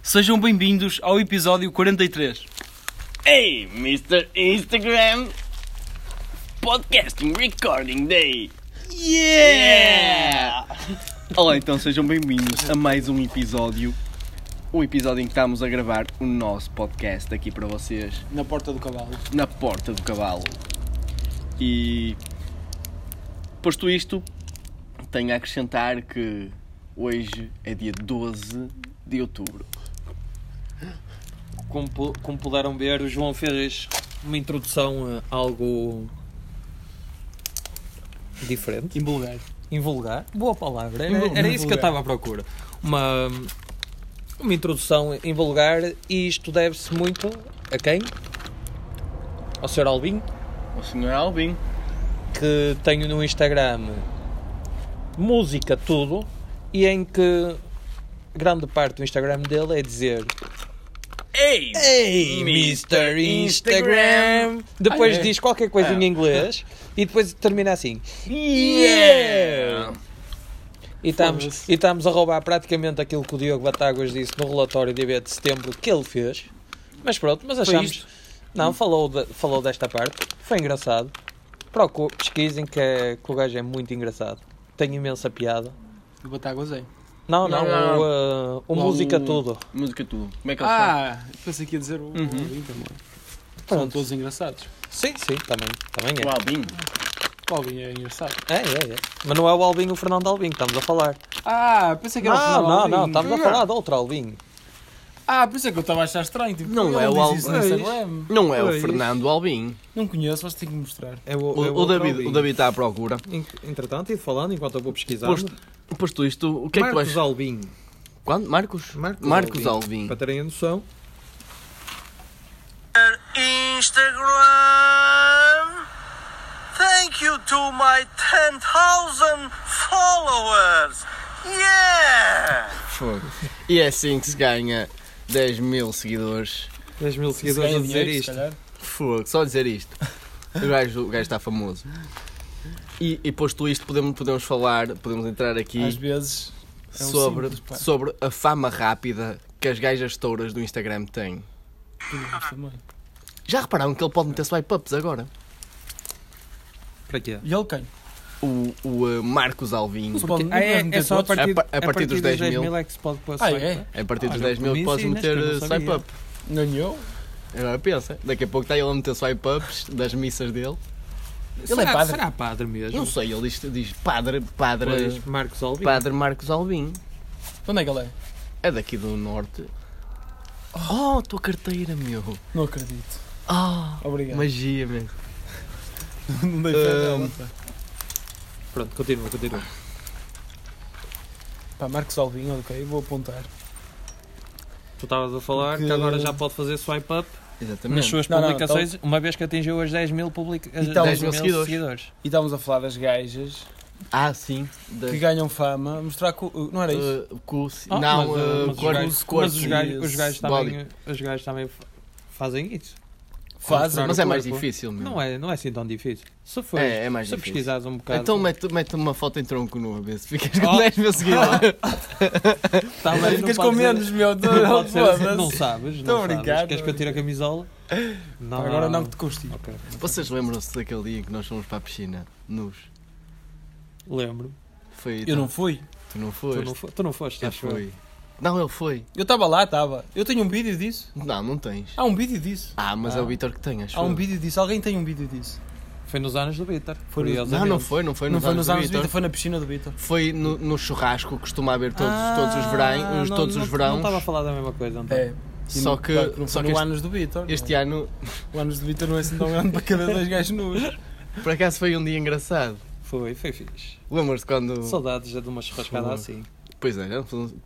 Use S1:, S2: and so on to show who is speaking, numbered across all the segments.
S1: Sejam bem-vindos ao episódio 43.
S2: Hey, Mr. Instagram! Podcasting Recording Day! Yeah!
S3: Olá, então sejam bem-vindos a mais um episódio. Um episódio em que estamos a gravar o nosso podcast aqui para vocês
S4: Na porta do cavalo.
S3: na Porta do Cavalo. E. Posto isto, tenho a acrescentar que hoje é dia 12 de outubro.
S5: Como, pu- como puderam ver, o João fez uma introdução eh, algo diferente,
S4: Invulgar.
S5: invulgar. Boa palavra, era,
S4: Invul-
S5: era isso que eu
S4: invulgar.
S5: estava à procura. Uma, uma introdução invulgar e isto deve-se muito a quem? Ao Sr. Albin,
S3: O Sr. Alvin,
S5: que tenho no Instagram música tudo e em que grande parte do Instagram dele é dizer
S2: Hey!
S5: Ei, Mr. Instagram! Depois
S4: Ah, é?
S5: diz qualquer coisa em inglês e depois termina assim.
S2: Yeah!
S3: Ah,
S5: E estamos, e estamos a roubar praticamente aquilo que o Diogo Batáguas disse no relatório de IB de setembro que ele fez. Mas pronto, mas achamos. Não, falou, de- falou desta parte. Foi engraçado. Procu pesquisem que, é- que o gajo é muito engraçado. Tem imensa piada.
S4: Do Batáguas é.
S5: Não,
S3: Não,
S5: não,
S3: não.
S5: o, ah, o
S3: Lá o-
S5: música tudo.
S3: música tu. Como é que ele ah.
S4: Ah, pensei que ia dizer o uhum. São
S5: Pronto.
S4: todos engraçados.
S5: Sim, sim, também, também é.
S3: O Alvin?
S4: O Alvin é engraçado.
S5: É, é, é. Mas não é o Albinho, o Fernando Albinho que estamos a falar.
S4: Ah, pensei que era o
S5: Não,
S4: Fernando
S5: não,
S4: Alvin.
S5: não, estamos a falar de outro Albinho.
S4: Ah, por isso é que eu estava a achar estranho. Tipo,
S3: Não
S4: ele
S3: é o
S4: diz
S3: Al-
S4: isso no Instagram.
S3: Não é
S4: Pois.
S3: o Fernando Alvin.
S4: Não conheço, mas tenho que mostrar.
S5: É
S3: O, o David, o David está à procura.
S5: Entretanto, e falando, enquanto eu vou pesquisar,
S3: Posto, posto isto, o que é que tu
S5: Marcos
S3: achas?
S5: Albin.
S3: Quando? Marcos?
S5: Marcos
S3: Alvim.
S5: Para terem a noção.
S2: Instagram! Thank you to my 10,000 followers! Yeah!
S3: Fogo. E é assim que se ganha 10 mil seguidores.
S5: 10 mil
S4: Se
S5: seguidores a
S4: ganha
S5: dizer
S4: dinheiro, se
S5: isto.
S4: calhar.
S3: Fogo, só dizer isto. O gajo, o gajo está famoso. E, e posto isto, podemos, podemos falar, podemos entrar
S4: Às
S3: aqui
S4: vezes. é um
S3: sobre,
S4: simples, pá.
S3: sobre a fama rápida que as gajas touras do Instagram têm.
S4: Podemos também.
S3: Já repararam que ele pode meter swipe-ups agora?
S5: Para quê?
S4: E ele quem?
S3: O, o eh, Marcos Alvim.
S4: Porque- Ah, é- é só a
S3: partir- A par- a a partir partir dos dos 10 10 mil
S5: é que se pode pôr
S4: Ah, é?
S3: A partir dos
S5: Olha,
S3: 10 mil
S5: por mim
S3: podes
S5: sim, mas
S3: meter
S5: que eu não
S3: eh,
S5: sabia.
S3: swipe-up.
S4: Ganhou?
S3: Agora pensa, daqui a pouco está ele a meter swipe-ups das missas dele.
S4: Ele é padre.
S5: Será padre mesmo?
S3: Não sei, ele diz, diz padre,
S5: Pois,
S3: padre,
S5: Marcos Albin.
S3: padre Marcos Alvim.
S4: De Onde é que ele é?
S3: É daqui do norte. Oh, tua carteira, meu.
S4: Não acredito.
S3: Ah,
S4: Obrigado.
S3: magia, meu.
S4: não dei fé
S3: Ahm.
S4: nela, pá.
S5: Pronto, continua, continua.
S4: Pá, Marcos Alvin, ok, vou apontar.
S5: Tu estavas a falar que...
S4: Que-
S5: agora já pode fazer swipe up nas
S3: Exatamente.
S5: suas
S4: Não, não,
S5: publicações, então, uma vez que atingiu as 10 mil, publica... as
S4: Então,
S5: 10 mil
S3: mil tá seguidores.
S5: seguidores.
S4: E estávamos a falar das gajas
S3: Ah, sim. Da-
S4: que ganham fama. Mostrar que. o- Não era isso?
S3: eh, curso-
S5: Ah,
S3: não,
S5: mas,
S3: eh,
S5: uh, mas os
S3: corpo-
S5: gajos-
S3: corpo
S5: mas os gajos,
S3: e
S5: os gajos
S3: body.
S5: também, os gajos também fa- fazem isso.
S4: Fazem.
S3: Mas é mais
S5: corpo.
S3: difícil, meu.
S5: Não é, não é assim tão difícil. Se fores,
S3: É, é mais
S5: se
S3: difícil.
S5: pesquisares um bocado.
S3: Então mete, mete uma foto em tronco nu a ver se ficas
S5: Oh.
S3: com 10 mil seguidores.
S5: Tá bem, não
S4: Ficas
S5: pode
S4: com
S5: ser-
S4: menos, meu. tu-
S5: Não, pode ser assim,
S4: foda-se.
S5: não sabes,
S4: Estou
S5: não sabes.
S4: obrigado.
S5: Queres que eu tire a camisola? Não,
S4: Agora não que te constigo.
S5: Ok.
S3: Vocês lembram-se daquele dia em que nós fomos para a piscina? Nus.
S5: Lembro.
S3: Foi, então,
S4: Eu não fui.
S3: Tu não foste.
S5: Tu não, fo- tu não foste,
S3: Eu
S5: acho eu.
S3: fui. Não, ele foi.
S4: Eu estava lá, estava. Eu tenho um vídeo disso.
S3: Não, não tens.
S4: Há um vídeo disso.
S3: Ah, mas é o
S5: Ah.
S3: Vitor que tem, acho
S4: Há um
S3: eu.
S4: vídeo disso. Alguém tem um vídeo disso.
S5: Foi nos anos do Vitor.
S4: Foi nos-
S3: Ah, Não, não foi, não foi.
S4: não foi
S3: anos
S4: nos
S3: do
S4: anos de
S3: Vítor.
S4: vida, foi na piscina do Vitor.
S3: Foi no, no churrasco que costuma haver todos, todos os verões,
S5: Ah, não,
S3: todos
S5: não,
S3: os verões.
S5: Não estava a falar da mesma coisa, então. António.
S4: É.
S3: Só que,
S4: Claro, não
S3: só
S4: foi
S3: que
S4: no
S3: este,
S4: anos do Vitor.
S3: este
S4: não.
S3: ano,
S4: O anos do Vitor não é assim tão grande para cada dois gajos nus.
S3: por acaso, foi um dia engraçado.
S5: Foi, foi fixe.
S3: Lembras-te quando.
S5: Saudades de uma churrascada
S3: Foi.
S5: assim.
S3: Pois é,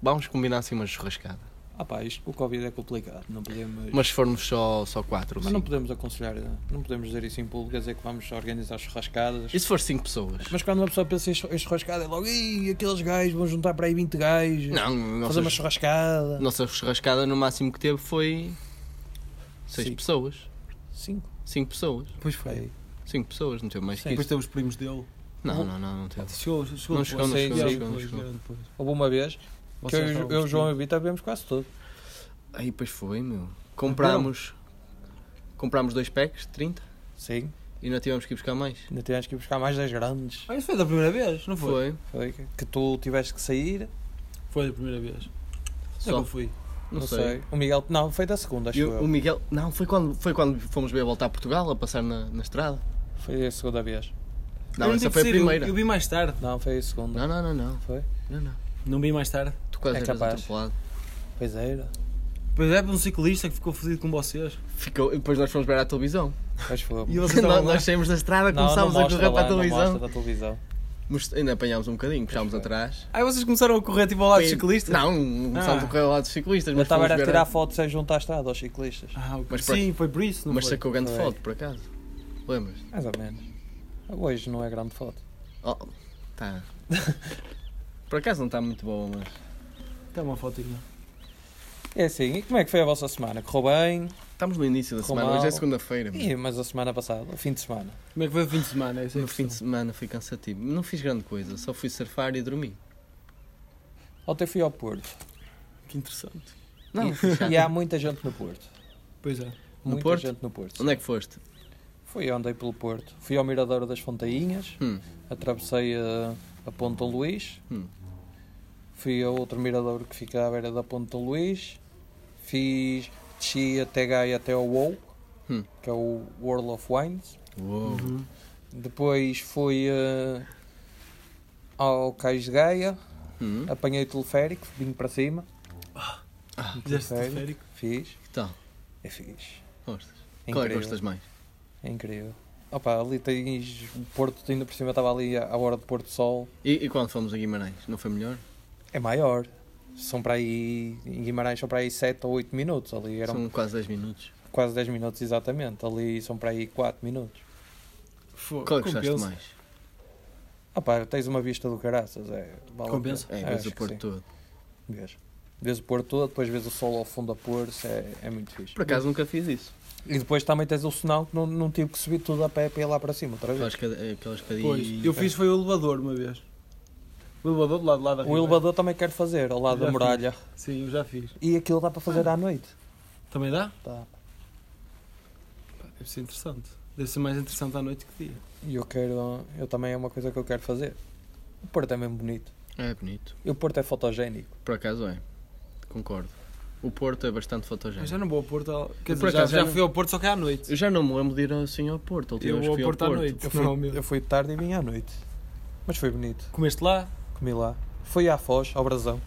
S3: vamos combinar assim uma churrascada.
S5: Ah pá, isto, o Covid é complicado. Não podemos...
S3: Mas se formos só, só quatro.
S5: mas não
S3: cinco.
S5: podemos aconselhar, não podemos dizer isso em público, dizer que vamos organizar churrascadas.
S3: E se for cinco pessoas?
S5: Mas quando uma pessoa pensa em chu- em churrascada, é logo, Ih, aqueles gajos vão juntar para aí 20 gajos,
S3: Não,
S5: fazer
S3: nossa,
S5: uma churrascada.
S3: nossa churrascada no máximo que teve foi. seis
S5: Cinco.
S3: pessoas.
S5: Cinco.
S3: Cinco pessoas.
S4: Pois
S5: por
S4: foi.
S5: aí.
S3: Cinco pessoas, não teve mais que
S5: Sim.
S4: Depois
S3: isso.
S4: teve os primos dele.
S3: Não, não, não, não teve.
S4: Chegou, chegou
S3: Não
S4: depois.
S3: chegou, não
S4: Sim,
S3: chegou, não
S4: vieram
S3: chegou, não
S4: depois,
S3: chegou.
S4: vieram depois.
S5: Houve uma vez Que
S4: Vocês
S5: eu,
S4: estavam
S5: eu,
S4: a
S5: João e o Vitor bebemos quase tudo.
S3: Aí pois foi, meu. Comprámos. Comprámos dois packs, 30,
S5: Sim.
S3: e não tivemos que ir buscar mais.
S5: Ainda tivemos que ir buscar mais das grandes.
S4: Ah, isso foi da primeira vez, não foi?
S3: Foi.
S5: Foi que que tu tiveste que sair.
S4: Foi da primeira vez. Onde é que
S3: Só.
S4: eu fui?
S3: Não, sei.
S5: O Miguel. Não, foi da segunda, acho
S3: E
S5: eu.
S3: o, o Miguel. Não, foi quando, foi quando fomos ver a voltar a Portugal, a passar na, na estrada.
S5: Foi a segunda vez.
S3: Não,
S4: Eu
S3: essa
S4: tive
S3: foi a
S4: que sair, eu-
S3: primeira.
S4: Eu, vi mais tarde.
S5: Não, foi a segunda.
S3: Não, não, não, não.
S5: Foi?
S3: Não, não.
S4: Não vi mais tarde.
S3: Tu quase
S5: É
S3: eras
S5: capaz.
S3: atropelado.
S5: Pois era.
S4: Pois é, por um ciclista que ficou fodido com vocês.
S3: Ficou, e depois nós fomos ver à televisão.
S5: Pois foi.
S4: E vocês
S3: nós,
S4: estavam lá.
S3: nós saímos da estrada,
S5: Não,
S3: começámos
S5: não
S3: a
S5: mostra
S3: correr para
S5: lá,
S3: a
S5: não
S3: televisão.
S5: mostra da televisão.
S3: Most- Ainda apanhámos um bocadinho, puxámos
S5: Pois foi.
S3: atrás.
S4: Aí vocês começaram a correr tipo ao lado dos
S3: Foi-
S4: ciclistas?
S3: Não, um não começámos
S4: Ah.
S3: a correr ao lado dos ciclistas.
S5: Eu
S3: mas
S5: estava
S3: fomos
S5: a
S3: ver
S5: tirar fotos sem juntar a estrada aos ciclistas.
S4: Ah, ok.
S3: Mas
S4: Sim, foi por isso, não
S3: Mas
S4: foi?
S3: sacou grande
S5: Foi.
S3: foto, por acaso. Lembras?
S5: Mais ou menos. Hoje não é grande foto.
S3: Oh, tá. por acaso não está muito boa, mas.
S4: Tem Tá uma fotinha.
S5: É assim, e como é que foi a vossa semana? Correu bem?
S3: Estamos no início da
S5: Correu
S3: semana, hoje é
S5: mal.
S3: segunda-feira. meu.
S5: E, mas a semana passada, o fim de semana.
S4: Como é que foi o fim de semana? Essa é a
S3: No fim de
S4: questão.
S3: semana foi cansativo. Não fiz grande coisa, só fui surfar e dormi.
S5: Ontem fui ao Porto.
S4: Que interessante.
S3: Não,
S5: e,
S3: fui chato.
S5: e há muita gente no Porto.
S4: Pois é.
S3: No
S5: Muita
S3: Porto?
S5: gente no Porto.
S3: Onde é que foste?
S5: Fui andei pelo Porto. Fui ao Miradouro das Fontainhas,
S3: Hum.
S5: atravessei a, a Ponta Luís,
S3: Hum.
S5: fui ao outro miradouro que fica à beira da Ponta Luís, fiz desci até Gaia até ao WoW,
S3: Hum.
S5: que é o World of Wines.
S3: Uou.
S5: Uhum. Depois fui eh, ao Cais de Gaia,
S3: Hum.
S5: apanhei o teleférico, vim para cima. Um
S4: Fizeste
S5: teleférico,
S4: teleférico?
S5: Fiz,
S3: Que tal?
S5: é fixe.
S3: Gostas?
S5: É
S3: Qual é que
S5: incrível.
S3: gostas mais?
S5: É incrível. Opa, ali tens o Porto, ainda por cima estava ali à à hora do Porto do Sol.
S3: E, e quando fomos a Guimarães? Não foi melhor?
S5: É maior. São para aí, em Guimarães são para aí 7 ou 8 minutos. Ali eram
S3: São quase 10 minutos.
S5: quase 10 minutos exatamente. Ali são para aí 4 minutos.
S4: Foi.
S3: Qual é que gostaste
S4: Compensa.
S3: mais?
S5: Opa, tens uma vista do caraças. É, vale a
S4: Compensa.
S5: pena.
S3: É,
S5: É,
S3: vês
S5: acho
S3: o
S5: que
S3: Porto
S5: sim.
S3: todo.
S5: Vês. Vês o Porto todo, depois vês o sol ao fundo a pôr-se. É, é muito fixe.
S3: Por acaso nunca fiz isso.
S5: E depois também tens o sinal que não, não tive que subir tudo a pé para ir lá para cima outra vez.
S3: Aquelas, cade- aquelas
S4: Pois,
S3: cadeiras.
S4: eu fiz foi o elevador uma vez. O elevador do lado, lá da
S5: O
S4: Ribeira.
S5: Um elevador também quero fazer, ao lado
S4: Já
S5: da
S4: fiz.
S5: muralha.
S4: Sim, eu já fiz.
S5: E aquilo dá para fazer à noite.
S4: Também dá?
S5: Tá.
S4: Pá, Deve ser interessante. Deve ser mais interessante à noite que dia.
S5: E eu quero. Eu também é uma coisa que eu quero fazer. O Porto é mesmo bonito.
S3: É bonito.
S5: E o Porto é fotogénico.
S3: Por acaso é. Concordo. O Porto é bastante
S4: Mas
S3: fotogénico.
S4: já não vou ao Porto. ao- Quer dizer,
S3: Por
S4: já,
S3: acaso já
S4: já
S3: não-
S4: fui ao Porto só que é à noite.
S3: Eu já não me lembro de ir assim ao Porto. a última
S4: Eu
S3: vez
S4: vou
S3: que
S4: ao
S3: fui
S4: Porto à noite.
S5: Eu fui,
S4: Não, é meu.
S5: eu fui de tarde e vim à noite. Mas foi bonito.
S4: Comeste lá?
S5: Comi lá. Fui à Foz, ao Brasão.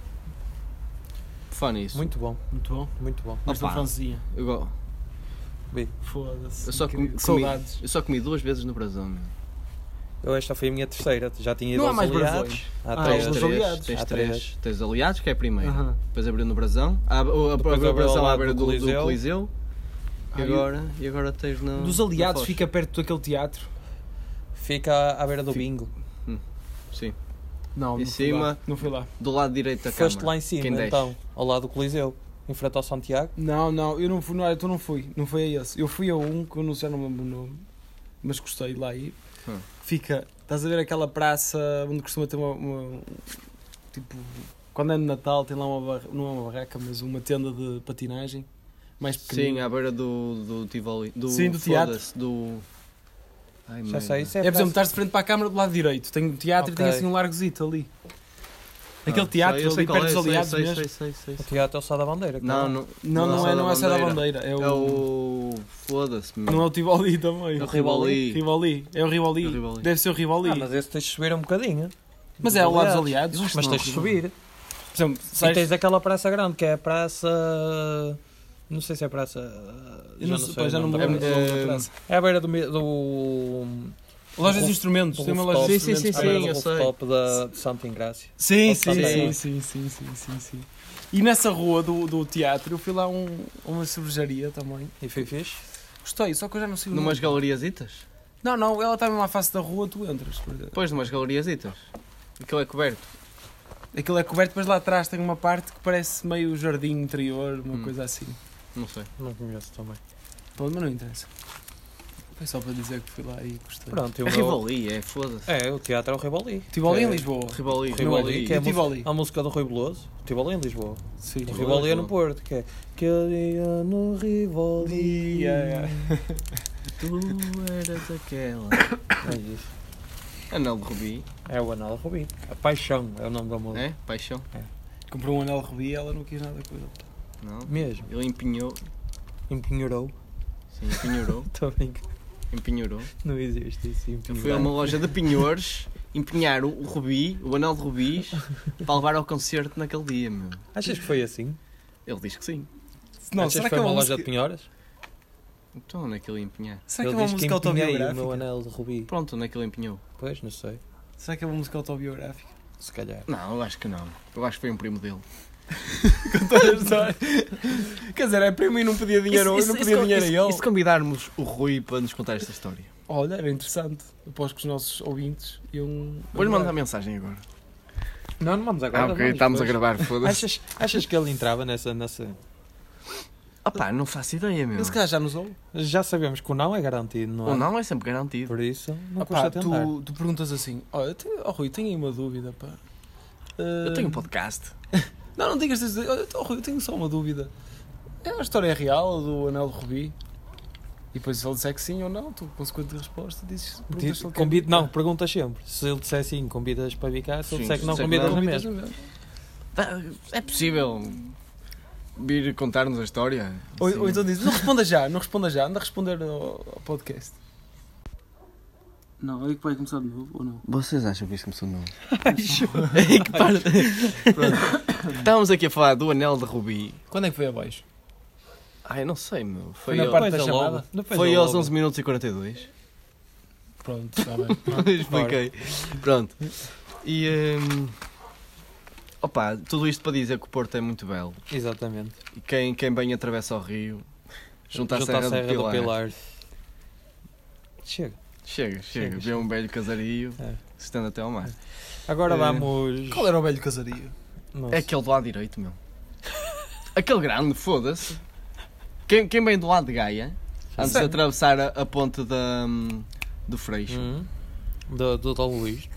S3: Fá nisso.
S5: Muito bom,
S4: Muito bom.
S5: muito bom.
S4: Comeste uma
S3: Opa.
S4: francesinha.
S3: Eu, go-
S4: Foda-se.
S3: eu só comi,
S4: incrível.
S3: comi-
S4: Saudades.
S3: eu só comi duas vezes no Brasão. meu.
S5: Eu, esta foi a minha terceira. Já tinha ido
S4: Não há
S5: aos
S4: mais
S5: aliados. é, Há
S4: Ah,
S5: três.
S4: os
S3: tens
S4: aliados.
S3: três,
S5: Há
S3: tens
S5: três.
S3: três. Tens aliados, que é a primeira.
S4: Aham.
S3: Depois abriu no Brasão. Ah, o- a-
S5: Depois
S3: abriu
S5: abriu
S3: o Brasão
S5: ao
S3: à
S5: lado
S3: beira
S5: do
S3: do, do
S5: Coliseu.
S3: Coliseu. E
S4: Ah, e o-
S3: agora, e agora tens no.
S4: Dos
S3: no
S4: aliados
S3: Foz.
S4: fica perto daquele teatro.
S5: Fica à, à beira do
S3: Fica-
S5: bingo.
S3: Sim.
S4: Não,
S3: Em
S4: não fui lá.
S3: cima.
S4: Não fui lá.
S3: Do lado direito da
S5: Foste
S3: câmara.
S5: lá em cima,
S3: Quem desce?
S5: então, ao lado do Coliseu, em frente ao Santiago.
S4: Não, não, eu não fui, não, eu não fui, não foi a esse. Eu fui a um que eu não sei, não me lembro o nome, mas gostei de lá ir.
S3: Hum.
S4: Fica, estás a ver aquela praça onde costuma ter uma. uma- tipo, quando é no Natal tem lá uma barra, não é uma barraca, mas uma tenda de patinagem mais
S3: Sim,
S4: pequenina.
S3: à beira do, do Tivoli. Do,
S4: Sim, do teatro.
S3: foda-se, Do... Ai,
S5: Já
S3: merda.
S5: sei, isso é,
S4: é por exemplo,
S5: praça-
S4: estás de frente para a câmara do lado direito, tem um teatro e
S5: Ok.
S4: tem assim um largozito ali.
S3: Ah,
S4: Aquele
S3: sei, eu
S4: teatro
S3: sei
S4: ali
S3: qual
S4: perto
S3: é,
S4: dos
S3: sei,
S4: aliados
S3: sei,
S4: mesmo.
S3: sei, sei, sei,
S5: O
S3: sei.
S5: teatro é o Sá da Bandeira.
S3: Não,
S5: claro.
S3: não,
S4: Não, não, é, não é essa da
S3: bandeira.
S4: bandeira, é o.
S3: É o. Foda-se, meu.
S4: Não é o Tivoli também.
S3: É o Rivoli.
S4: Rivoli, é o Rivoli.
S3: É o Rivoli.
S4: Deve ser o Rivoli.
S5: Ah, mas esse tens de subir um bocadinho.
S4: é Mas é ao lado dos aliados. é?
S5: Mas tens de subir.
S4: Por exemplo,
S5: E
S4: sais-
S5: tens aquela praça grande, que é a praça... Não sei se é a praça...
S4: Eu não sei, pá, já
S5: o
S4: não me
S5: nome
S4: lembro do
S5: da-
S4: nome da
S3: É,
S4: praça.
S5: É à beira do... mi- do...
S4: Lojas de
S5: do
S4: instrumentos,
S5: do
S4: tem uma
S5: rooftop.
S4: loja de
S3: Sim, sim,
S4: instrumentos.
S5: à
S4: à
S5: beira
S4: beira
S5: do
S3: eu sei.
S5: rooftop da, de Santa Ingrácia.
S4: Sim,
S5: Ou
S4: sim,
S5: também.
S4: sim, sim, sim, sim, sim, sim. E nessa rua do, do teatro eu fui lá a um, a uma cervejaria também.
S5: E foi fixe?
S4: Gostei, só que eu já não sei o nome.
S3: Numas galeriasitas?
S4: Não, não, ela está mesmo à face da rua, tu entras. por exemplo.
S3: Pois, numas galeriasitas. Aquilo é coberto.
S4: Aquilo é coberto, depois lá atrás tem uma parte que parece meio jardim interior, uma coisa assim.
S3: Não sei.
S5: Não conheço também.
S4: Pronto, mas não interessa. Foi só para dizer que fui lá e gostei.
S5: Pronto, e o
S3: É
S5: meu-
S3: Rivoli, é foda-se.
S5: É, o teatro é o Rivoli.
S4: Estive ali em
S5: Que é-
S4: Lisboa.
S3: Rivoli,
S5: Rivoli,
S3: Rivoli.
S5: que é a,
S4: Eu tive
S5: música-
S4: ali.
S5: a música do Rui Beloso. Estive ali em Lisboa.
S4: Sim.
S5: O
S3: Boa,
S5: Rivoli é no
S3: boa.
S5: Porto, que é... Que dia no Rivoli...
S4: Yeah, yeah.
S3: Tu eras aquela.
S5: É isso.
S3: Anel de Rubi,
S5: É o Anal Rubi. A Paixão é o nome da música.
S3: é? Paixão?
S4: Comprou um anel rubi e ela não quis nada com ele. É?
S3: Não.
S5: Mesmo.
S3: Ele empenhou.
S5: Empinheirou.
S3: Sim, empenhorou.
S5: Estou a brincar.
S3: Empenhorou.
S5: Não existe isso.
S3: Eu
S5: empinheirou.
S3: fui a uma loja de pinhores empenhar o, o rubi, o anel de rubis, para levar ao concerto naquele dia, meu.
S5: Achas que foi assim?
S3: Ele diz que sim.
S4: Não,
S5: Achas
S4: será que
S5: que foi
S4: é
S5: uma
S4: uma
S5: loja de
S4: música,
S5: pinhoras?
S3: Então onde é que ele ia empenhar?
S4: será que é
S5: Ele
S4: uma
S5: diz
S4: música
S5: empinhei o meu
S4: autobiográfica?
S5: anel de rubi.
S3: Pronto, onde é que ele empenhou?
S5: Pois, não sei.
S4: Será que é uma música autobiográfica?
S5: Se calhar.
S3: Não, eu acho que não. Eu acho que foi um primo dele.
S4: Quer dizer, é primo e não pedia dinheiro a eu, não pedia dinheiro a
S3: E
S4: ele.
S3: se convidarmos o Rui para nos contar esta história?
S4: Olha, era interessante. Aposto que os nossos ouvintes iam.
S3: Vou-lhe mandar mensagem agora.
S5: Não, não vamos
S3: Ah,
S5: agora. vamos depois.
S3: gravar, foda-se.
S5: Achas, achas que ele entrava nessa, nessa.
S3: Ah pá, não faço ideia, meu.
S4: Ele se calhar já nos ouve.
S5: Já sabemos que o não é garantido, não é?
S3: Ou não, é sempre garantido.
S5: Por isso, não
S4: Ah
S5: custa
S4: pá,
S5: tentar.
S4: tu, tu perguntas assim: Ó, eu tenho- ó, Rui, tenho aí uma dúvida, pá.
S3: Eu
S4: Ah,
S3: tenho um podcast.
S4: Não, não digas isso. Olha, então, Rui, eu tenho só uma dúvida. É a história real do Anel de Rubi? E depois se ele disser que sim ou não, tu consequente resposta dizes...
S5: Ti-
S4: perguntas se ele quer
S5: Tipo, convida-
S4: vir cá.
S5: não, perguntas sempre. Se ele disser sim, convidas para vir cá. Se
S3: Sim,
S5: ele disser que
S3: se
S5: não,
S3: disser que
S5: convidas
S3: não,
S5: na
S4: Convidas
S5: mesma.
S4: a ver.
S3: É possível vir contar-nos a história?
S4: Ou,
S3: Sim.
S4: ou então dizes, não responda já, não responda já, anda a responder ao, ao podcast. Não, é que vai começar de novo, ou não?
S3: Vocês acham que isto começou novo? que par- Estávamos aqui a falar do anel de Rubi.
S4: Quando é que foi abaixo?
S3: Ai, não sei, meu. Foi,
S4: na
S3: ao-
S4: parte
S5: Depois
S4: da
S5: é
S4: chamada.
S5: logo. Depois
S3: foi
S5: é
S3: aos
S5: logo.
S3: 11 minutos e 42.
S4: Pronto, está bem.
S3: Expliquei. Pronto. E. hum, Opa, tudo isto para dizer que o Porto é muito belo.
S5: Exatamente.
S3: E quem, quem bem atravessa o rio, junta a
S5: Junto
S3: Serra, do, Pilar.
S5: Chega.
S3: Chega, chega.
S5: Chega,
S3: Vê um velho casario
S5: É.
S3: se estende até ao mar.
S5: Agora
S3: Eh,
S5: vamos.
S4: Qual era o velho casario?
S5: Nossa.
S3: É aquele do lado direito, meu. Aquele grande, foda-se. Quem, quem vem do lado de Gaia, antes de
S4: Sério?
S3: atravessar a, a ponte da, hum, do Freixo.
S5: Hum. Do, do Dom Luís.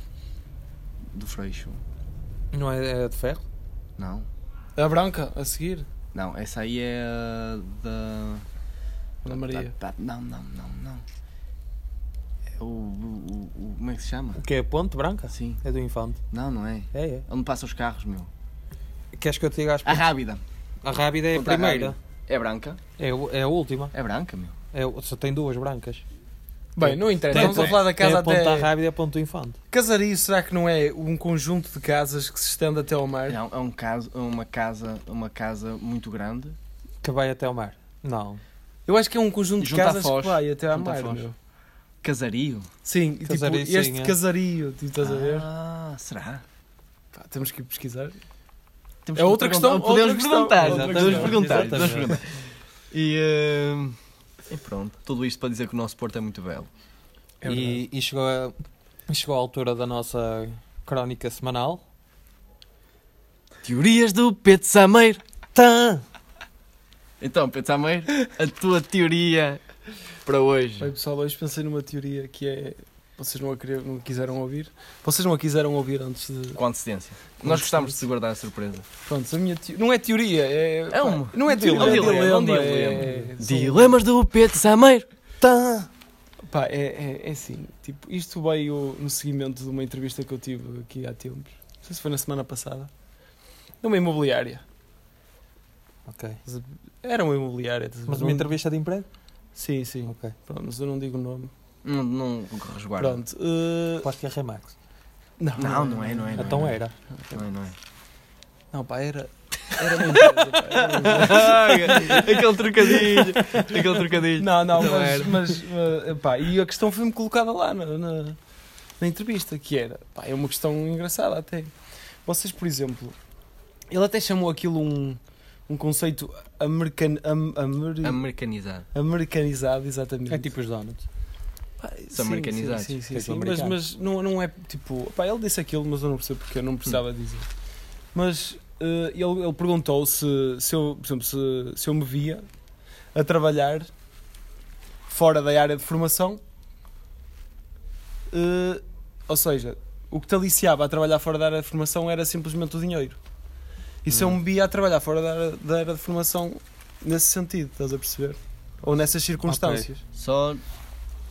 S3: Do Freixo.
S5: Não é, é de ferro?
S3: Não.
S4: A branca, a seguir?
S3: Não, essa aí é a da.
S4: Ana Maria.
S3: da- da- não, não, não, não. É o, o- o- Como é que se chama?
S5: O que é a ponte branca?
S3: Sim.
S5: É do infante.
S3: Não, não é.
S5: É, é.
S3: Onde passam os carros, meu.
S5: Queres que eu te diga as
S3: A
S5: pontes?
S3: Rábida.
S5: A Rábida é a
S3: Ponta
S5: primeira.
S3: Rábida. É branca?
S5: É, o- é a última.
S3: É branca, meu.
S5: É, o- só tem duas brancas.
S4: Bem, não interessa,
S5: Tem-
S4: vamos a falar da
S5: tem
S4: casa
S5: a é. ponta
S4: até...
S5: rábida e a ponta do infante.
S4: Casario será que não é um conjunto de casas que se estende até ao mar?
S3: Não, é um caso, é uma casa, uma casa muito grande.
S5: Que vai até ao mar. Não.
S4: Eu acho que é um conjunto de
S3: Junto à
S4: casas
S3: Foz.
S4: que vai até à
S3: Junto à
S4: mar,
S3: Foz.
S4: meu.
S3: Casario.
S4: Sim, e tipo,
S5: Casario, sim,
S4: este
S5: é.
S4: casario, tipo, estás a ver?
S3: Ah, será?
S4: Pá, temos que ir pesquisar.
S3: Temos
S4: É
S3: que
S4: outra
S3: perguntar-
S4: questão,
S3: Podemos
S4: outra questão,
S3: perguntar,
S5: outra
S3: podemos
S5: questão.
S3: perguntar, podemos
S5: Exatamente.
S3: perguntar. E, hum, e pronto, tudo isto para dizer que o nosso Porto é muito belo.
S4: É
S5: e, e chegou, a, e chegou a altura da nossa crónica semanal.
S3: Teorias do Pedro Sameiro.
S5: Tã!
S3: Então, Pedro Sameiro, a tua teoria para
S4: Bem,
S3: hoje.
S4: pessoal, hoje pensei numa teoria que é. Vocês não a, querer- não a quiseram ouvir? Vocês não a quiseram ouvir antes de.
S3: Com antecedência. Nós gostámos de te guardar a surpresa.
S4: Pronto, a minha te... Não é teoria, é.
S3: É um-
S4: Pá, Não é
S3: um
S4: teoria, é
S3: dilema,
S4: dilema.
S3: um
S4: é-
S3: Dilemas do Pedro Sameiro. Tã.
S4: Pá, é, é, é assim, tipo, isto veio no seguimento de uma entrevista que eu tive aqui há tempos, não sei se foi na semana passada, numa imobiliária.
S5: Ok.
S4: Era uma imobiliária. estás a ver?
S5: Mas uma entrevista de emprego?
S4: Sim, sim.
S5: Ok.
S4: Pronto, mas eu não digo o nome.
S3: Não, não resguarda.
S4: Pronto. eh,
S5: Aposto que é Remax.
S4: Não,
S3: Não, não é, não é. Não
S5: Então
S3: é,
S5: era.
S3: Não é, não é.
S4: Não, pá, era. Era uma empresa, pá, era uma empresa.
S3: aquele trocadilho. Aquele trocadilho.
S4: Não, não,
S3: Não
S4: mas,
S3: era.
S4: mas, mas, pá, e a questão foi-me colocada lá na, na, na entrevista, que era, pá, é uma questão engraçada até. Vocês, por exemplo, ele até chamou aquilo um, um conceito american, am- amer-
S3: Americanizado.
S4: americanizado, exatamente.
S5: É tipo os donuts.
S4: Pá,
S3: São
S4: sim,
S3: americanizados.
S4: Sim, sim,
S5: Que
S4: sim,
S5: é
S4: sim,
S5: para
S4: mas,
S5: americano.
S4: mas não, não é tipo. Pá, ele disse aquilo, mas eu não percebo porque eu não precisava dizer. Mas eh, ele, ele perguntou se, se eu, por exemplo, se, se eu me via a trabalhar fora da área de formação. Eh, ou seja, o que te aliciava a trabalhar fora da área de formação era simplesmente o dinheiro. E se eu me via a trabalhar fora da área, da área de formação nesse sentido, estás a perceber? Ou nessas circunstâncias.
S3: Só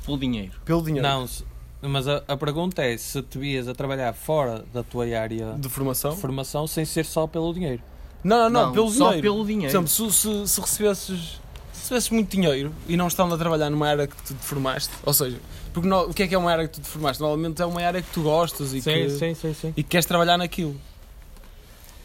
S3: pelo dinheiro.
S4: Pelo dinheiro
S5: Não, se- mas a, a pergunta é se te vias a trabalhar fora da tua área
S4: de formação.
S5: de formação sem ser só pelo dinheiro.
S4: Não, não, Ah, não, pelo
S3: só
S4: dinheiro.
S3: pelo
S4: Por
S3: dinheiro.
S4: exemplo, se, se, se recebesses, se recebesses muito dinheiro e não estando a trabalhar numa área que tu te formaste, ou seja, porque no- o que é que é uma área que tu te formaste? Normalmente é uma área que tu gostas e, que,
S5: sim, sim.
S4: e que queres trabalhar naquilo.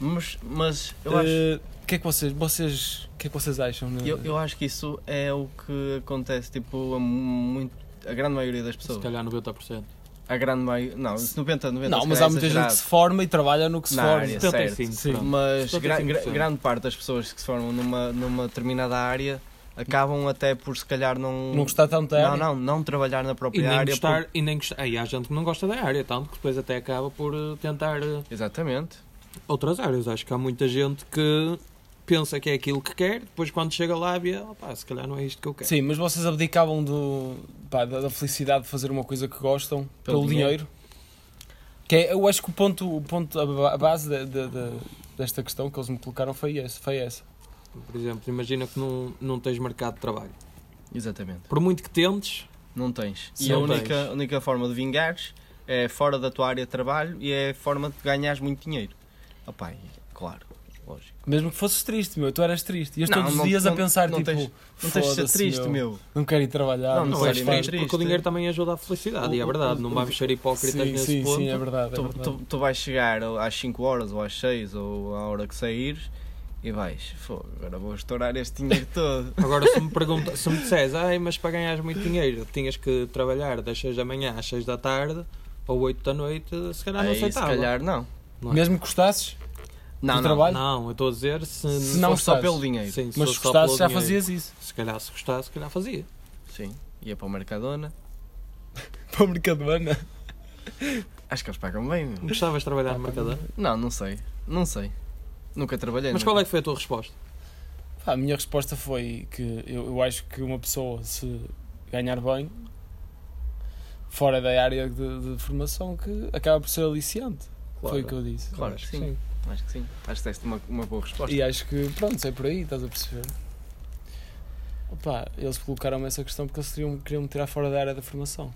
S3: Mas, mas eu, acho,
S4: Eh, O que é que vocês, vocês, o que é que vocês acham? né?
S3: eu, eu acho que isso é o que acontece tipo, a, muito, a grande maioria das
S5: Se
S3: pessoas.
S5: calhar 90%.
S3: A grande maioria. Não, 90, 90
S4: não,
S3: se
S4: mas
S3: calhar
S4: há
S3: é
S4: muita gente
S3: exagerado.
S4: que se forma e trabalha no que se
S3: Na
S4: forma.
S3: área.
S4: Sim.
S5: pronto.
S3: Mas gra- gra-
S5: 75%.
S3: grande parte das pessoas que se formam numa, numa determinada área acabam até por se calhar não.
S4: Não gostar tanto da
S3: não,
S4: área.
S3: não, não trabalhar na
S5: E
S3: própria
S5: nem
S3: área.
S5: gostar,
S3: porque-
S5: e nem gostar. Aí há gente que não gosta da área, tanto que depois até acaba por eh, tentar eh,
S3: Exatamente.
S5: outras áreas. Acho que há muita gente que pensa que é aquilo que quer, depois quando chega lá vê, opá, se calhar não é isto que eu quero.
S4: Sim, mas vocês abdicavam do, pá, da, da felicidade de fazer uma coisa que gostam pelo,
S3: Pelo
S4: dinheiro.
S3: dinheiro.
S4: Que é, eu acho que o ponto, o ponto a ba- a base da- da- da- desta questão que eles me colocaram foi essa. Foi essa.
S5: Por exemplo, imagina que não, não tens mercado de trabalho.
S3: Exatamente.
S5: Por muito que tentes,
S3: Não tens.
S5: Sim,
S3: e a
S5: não tens.
S3: única, única forma de vingares é fora da tua área de trabalho e é a forma de ganhares muito dinheiro. Opa, e- claro, lógico.
S4: Mesmo que fosses triste, meu, tu eras triste. E eu
S3: Não,
S4: todos os
S3: não-
S4: dias a
S3: não-
S4: pensar,
S3: não
S4: tipo,
S3: tens- Não tens de ser
S4: "Foda-se,
S3: triste, meu.
S4: Não quero ir trabalhar.
S3: Não, não
S5: não
S4: sei
S5: és
S3: é
S4: fazer".
S5: triste, porque o dinheiro também ajuda à felicidade. E é verdade, não vamos ser hipócritas
S4: Sim,
S5: nesse
S4: sim,
S5: ponto.
S4: sim, é verdade. é
S3: Tu,
S4: verdade.
S3: tu, tu vais chegar às 5 horas ou às 6 ou à hora que saíres e vais, "Fô, agora vou estourar este dinheiro todo.
S5: Agora, se me, pergunta, se me disseres, ai, mas para ganhares muito dinheiro tinhas que trabalhar das 6 da manhã às 6 da tarde ou 8 da noite, se calhar não
S3: Aí, se
S5: aceitava.
S3: calhar não.
S5: não é?
S4: Mesmo que gostasses, Do
S3: Não, não.
S4: trabalho?
S5: Não, eu estou a dizer se,
S4: Se
S3: Não
S4: não
S3: só
S4: gostasses.
S3: pelo dinheiro.
S5: Sim, se
S4: mas
S5: fosse
S4: se
S5: só pelo
S4: gostasses já
S5: dinheiro.
S4: fazias isso.
S5: Se calhar se gostasse, se calhar fazia.
S3: Sim. Ia para o Mercadona.
S4: Para o Mercadona.
S3: Acho que eles pagam bem. meu.
S5: Gostavas de trabalhar no mercador?
S3: Não, não sei. Não sei. Nunca trabalhei.
S5: Mas qual é que foi a tua resposta?
S4: Pá, a minha resposta foi que eu, eu acho que uma pessoa, se ganhar bem, fora da área de, de formação, que acaba por ser aliciante. Foi o que eu disse.
S3: Claro,
S4: Acho que
S3: sim. Acho que sim. Acho que deste uma, uma boa resposta.
S4: E acho que, pronto, é por aí, estás a perceber? Opa, eles colocaram-me essa questão porque eles queriam, queriam me tirar fora da área da formação.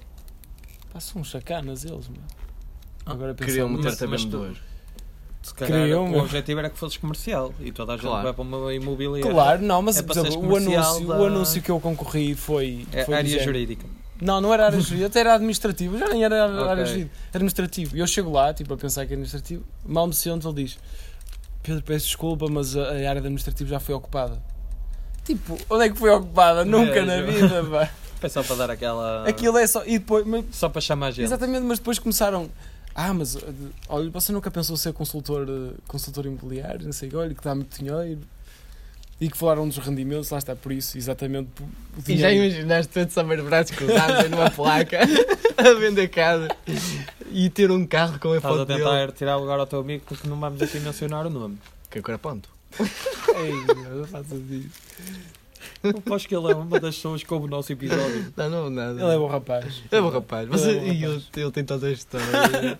S4: Pá, são uns sacanas eles, meu.
S5: Ah,
S4: Agora pensando-
S3: Queriam meter
S5: mas-
S3: também
S5: mas tu-
S3: vendedor.
S5: Se calhar
S4: Queria eu,
S5: o
S4: meu.
S5: objetivo era que fosses comercial e toda a gente
S3: Claro.
S5: vai para uma imobiliária.
S4: Claro, não, mas
S5: É
S4: por
S5: para
S4: exemplo,
S5: seres
S4: o,
S5: comercial
S4: anúncio,
S5: da-
S4: o anúncio que eu concorri foi.
S5: É
S4: foi do
S5: área
S4: género.
S5: jurídica.
S4: Não, não era área jurídica, até era administrativo, já nem era área
S5: Ok.
S4: jurídica, era administrativo. E eu chego lá, tipo, a pensar que é administrativo, mal me sento, ele diz: Pedro, peço desculpa, mas a, a área de administrativo já foi ocupada. Tipo, onde é que foi ocupada? Nunca na
S5: Mesmo.
S4: vida, pá.
S5: Foi só para dar aquela.
S4: Aquilo é só. E depois, mas-
S5: Só para chamar a gente.
S4: exatamente, mas depois começaram. Ah, mas eh, olha, você nunca pensou ser consultor, eh, consultor imobiliário, não sei o que, olha, que dá muito dinheiro. E que falaram dos rendimentos, lá está, por isso, exatamente. por- o
S3: E já é um-
S4: dinheiro.
S3: imaginaste todos a meio de braços cruzados em uma placa a vender casa e ter um carro com a
S5: Estás a
S3: foto
S5: tentar
S3: dele.
S5: tirar o lugar ao teu amigo porque não vamos aqui mencionar o nome.
S3: Que agora ponto.
S4: Ei, meu, não faças isso.
S5: Eu acho que ele é uma das pessoas que ouve o nosso episódio.
S3: Não, não, nada.
S4: Ele é bom rapaz.
S3: É bom rapaz. Você,
S4: Ele é bom
S3: e
S4: rapaz.
S3: eu, eu tenho toda a história.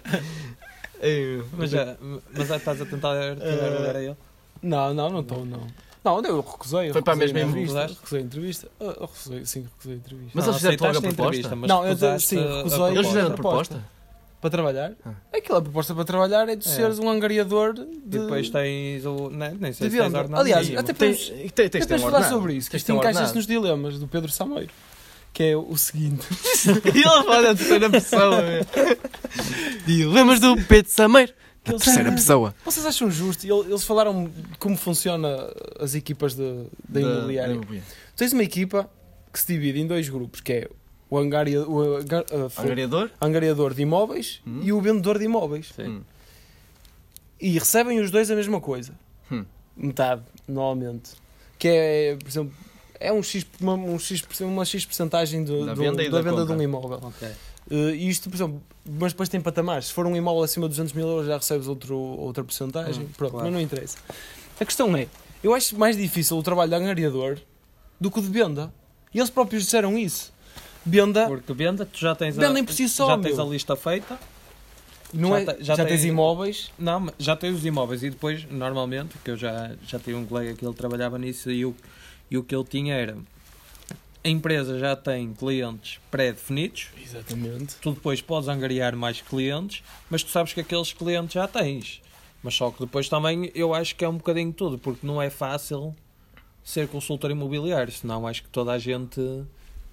S3: Eu-
S5: Mas, já, mas já estás a tentar
S3: Eh,
S5: tirar o lugar a ele.
S4: Não, não, não estou, não. Não, eu recusei. eu
S3: Foi para a
S4: recusei
S3: mesma
S4: entrevista.
S5: entrevista?
S4: Recusei a entrevista. Ah, Eu eu recusei, sim, recusei a entrevista.
S3: Mas
S5: Não,
S3: eles fizeram logo a
S5: aceitaste entrevista,
S3: proposta?
S5: mas
S4: Não, eu
S5: recusaste
S4: sim,
S5: a- a
S4: recusei.
S5: proposta.
S3: Eles fizeram a
S4: Proposta.
S3: proposta.
S4: Para trabalhar?
S3: Ah.
S4: Aquela proposta para trabalhar é de
S5: É.
S4: seres um angariador de.
S5: E depois tens o. Nem, nem sei
S4: De
S5: se tens
S4: venda.
S5: ordenado.
S4: Aliás,
S5: mínimo.
S4: até-
S3: Tens, tens, tens,
S4: Tens
S3: tens
S4: de falar sobre isso, que
S3: Tens
S4: isto
S3: de ter um
S4: encaixa-se
S3: ordenado.
S4: nos dilemas do Pedro Sameiro. Que é o seguinte:
S3: E eles fazem a terceira pessoa. meu. Dilemas do Pedro Sameiro.
S4: que eles-
S3: pessoa.
S4: Vocês acham justo? E ele- Eles falaram de como funciona as equipas de- da imobiliária. Tens uma equipa que se divide em dois grupos, que é o, angaria, o anga- ah, foi-
S3: Angariador?
S4: angariador de imóveis
S3: Hum.
S4: e o vendedor de imóveis.
S5: Sim.
S3: Hum.
S4: E recebem os dois a mesma coisa.
S3: Hum.
S4: Metade, normalmente. Que é, por exemplo, é um X, uma, um X, uma X percentagem do,
S3: Da
S4: do-
S3: venda e
S4: da
S3: da
S4: venda de
S3: compra.
S4: um imóvel.
S5: Ok.
S4: Eh, E isto, por exemplo, mas depois tem patamares. Se for um imóvel acima de 200 mil euros, já recebes outro, outra porcentagem.
S5: Hum,
S4: Pronto,
S5: claro.
S4: mas não interessa. A questão é, eu acho mais difícil o trabalho de angariador do que o de venda. E eles próprios disseram isso. Benda,
S5: Porque venda, tu já tens,
S4: Ah. Venda
S5: a,
S4: em por si só,
S5: já tens
S4: meu.
S5: a lista feita.
S4: não
S5: já
S4: é,
S5: te-
S4: já,
S5: já tem-
S4: tens imóveis.
S5: Não, mas já tens os imóveis e depois, normalmente, que eu já, já tive um colega que ele trabalhava nisso e o, e o que ele tinha era a empresa já tem clientes pré-definidos,
S4: Exatamente.
S5: tu depois podes angariar mais clientes, mas tu sabes que aqueles clientes já tens. Mas só que depois também eu acho que é um bocadinho tudo, porque não é fácil ser consultor imobiliário, senão acho que toda a gente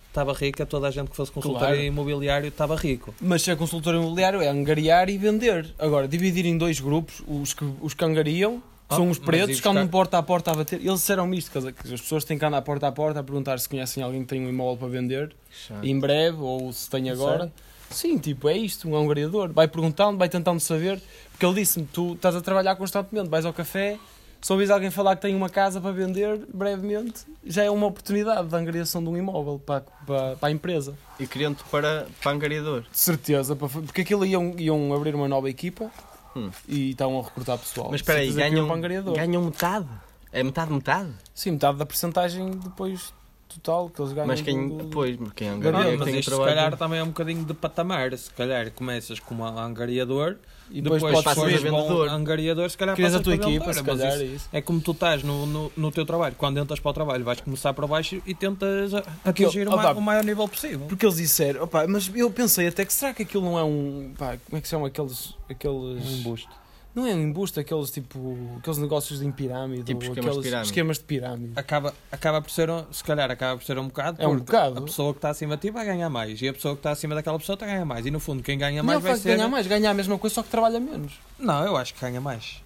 S5: estava rica, toda a gente que fosse consultor
S4: Claro.
S5: imobiliário estava rico.
S4: Mas ser consultor imobiliário é angariar e vender. Agora, dividir em dois grupos, os que, os que angariam, que
S5: Ah,
S4: são os
S5: mas
S4: pretos,
S5: e
S4: que andam
S5: buscar-
S4: porta a porta a bater. Eles disseram isto, quer dizer, que as pessoas têm que andar porta a porta a perguntar se conhecem alguém que tem um imóvel para vender
S5: Ah.
S4: em breve ou se tem agora. Sim, tipo, é isto, um angariador. Vai perguntando, vai tentando saber, porque ele disse-me, tu estás a trabalhar constantemente, vais ao café, se ouvires alguém falar que tem uma casa para vender, brevemente, já é uma oportunidade de angariação de um imóvel para, para, para a empresa.
S3: E querendo para, para angariador.
S4: De certeza, para fa- porque aquilo iam, iam abrir uma nova equipa
S3: Hum.
S4: e estavam a recrutar pessoal.
S3: Mas espera aí,
S4: Certeza que iam
S3: ganham,
S4: para angariador.
S3: ganham metade? É metade, metade?
S4: Sim, metade da porcentagem depois total que eles ganham.
S3: mas quem,
S4: do- do-
S3: depois, quem é um
S4: Não,
S3: angaria,
S5: mas
S3: quem
S5: isto se
S3: trabalha...
S5: calhar também é um bocadinho de patamar. Se calhar começas como angariador
S4: E depois,
S5: depois
S4: podes
S3: passas
S5: fores
S4: fazer.
S3: a
S5: bom
S3: vendedor.
S5: angariador, se calhar
S4: Crias a
S5: passas
S4: tua
S5: para
S4: equipa, se
S5: vendedor, mas
S4: calhar,
S5: isso
S4: é isso.
S5: É como tu estás no, no, no teu trabalho. Quando entras para o trabalho, vais começar para baixo e tentas a-
S4: Aquilo-
S5: atingir
S4: oh,
S5: o, ma-
S4: Fábio.
S5: o maior nível possível.
S4: Porque eles disseram, opa, mas eu pensei até que será que aquilo não é um. pá, como é que se chama aqueles. aqueles
S5: embuste.
S4: Não é um embuste, aqueles tipo. aqueles negócios em pirâmide,
S3: Tipo
S4: ou
S3: esquemas de
S4: aqueles
S3: pirâmide.
S4: esquemas de pirâmide.
S5: Acaba, acaba por ser, um- se calhar, acaba por ser um bocado.
S4: É um
S5: porque
S4: bocado.
S5: A pessoa que está acima de ti vai ganhar mais e a pessoa que está acima daquela pessoa está a ganhar mais. E no fundo, quem ganha
S4: não é
S5: mais
S4: o
S5: vai
S4: facto de
S5: ser. né?
S4: ganhar mais, ganhar a mesma coisa só que trabalha menos.
S5: Não, eu acho que ganha mais.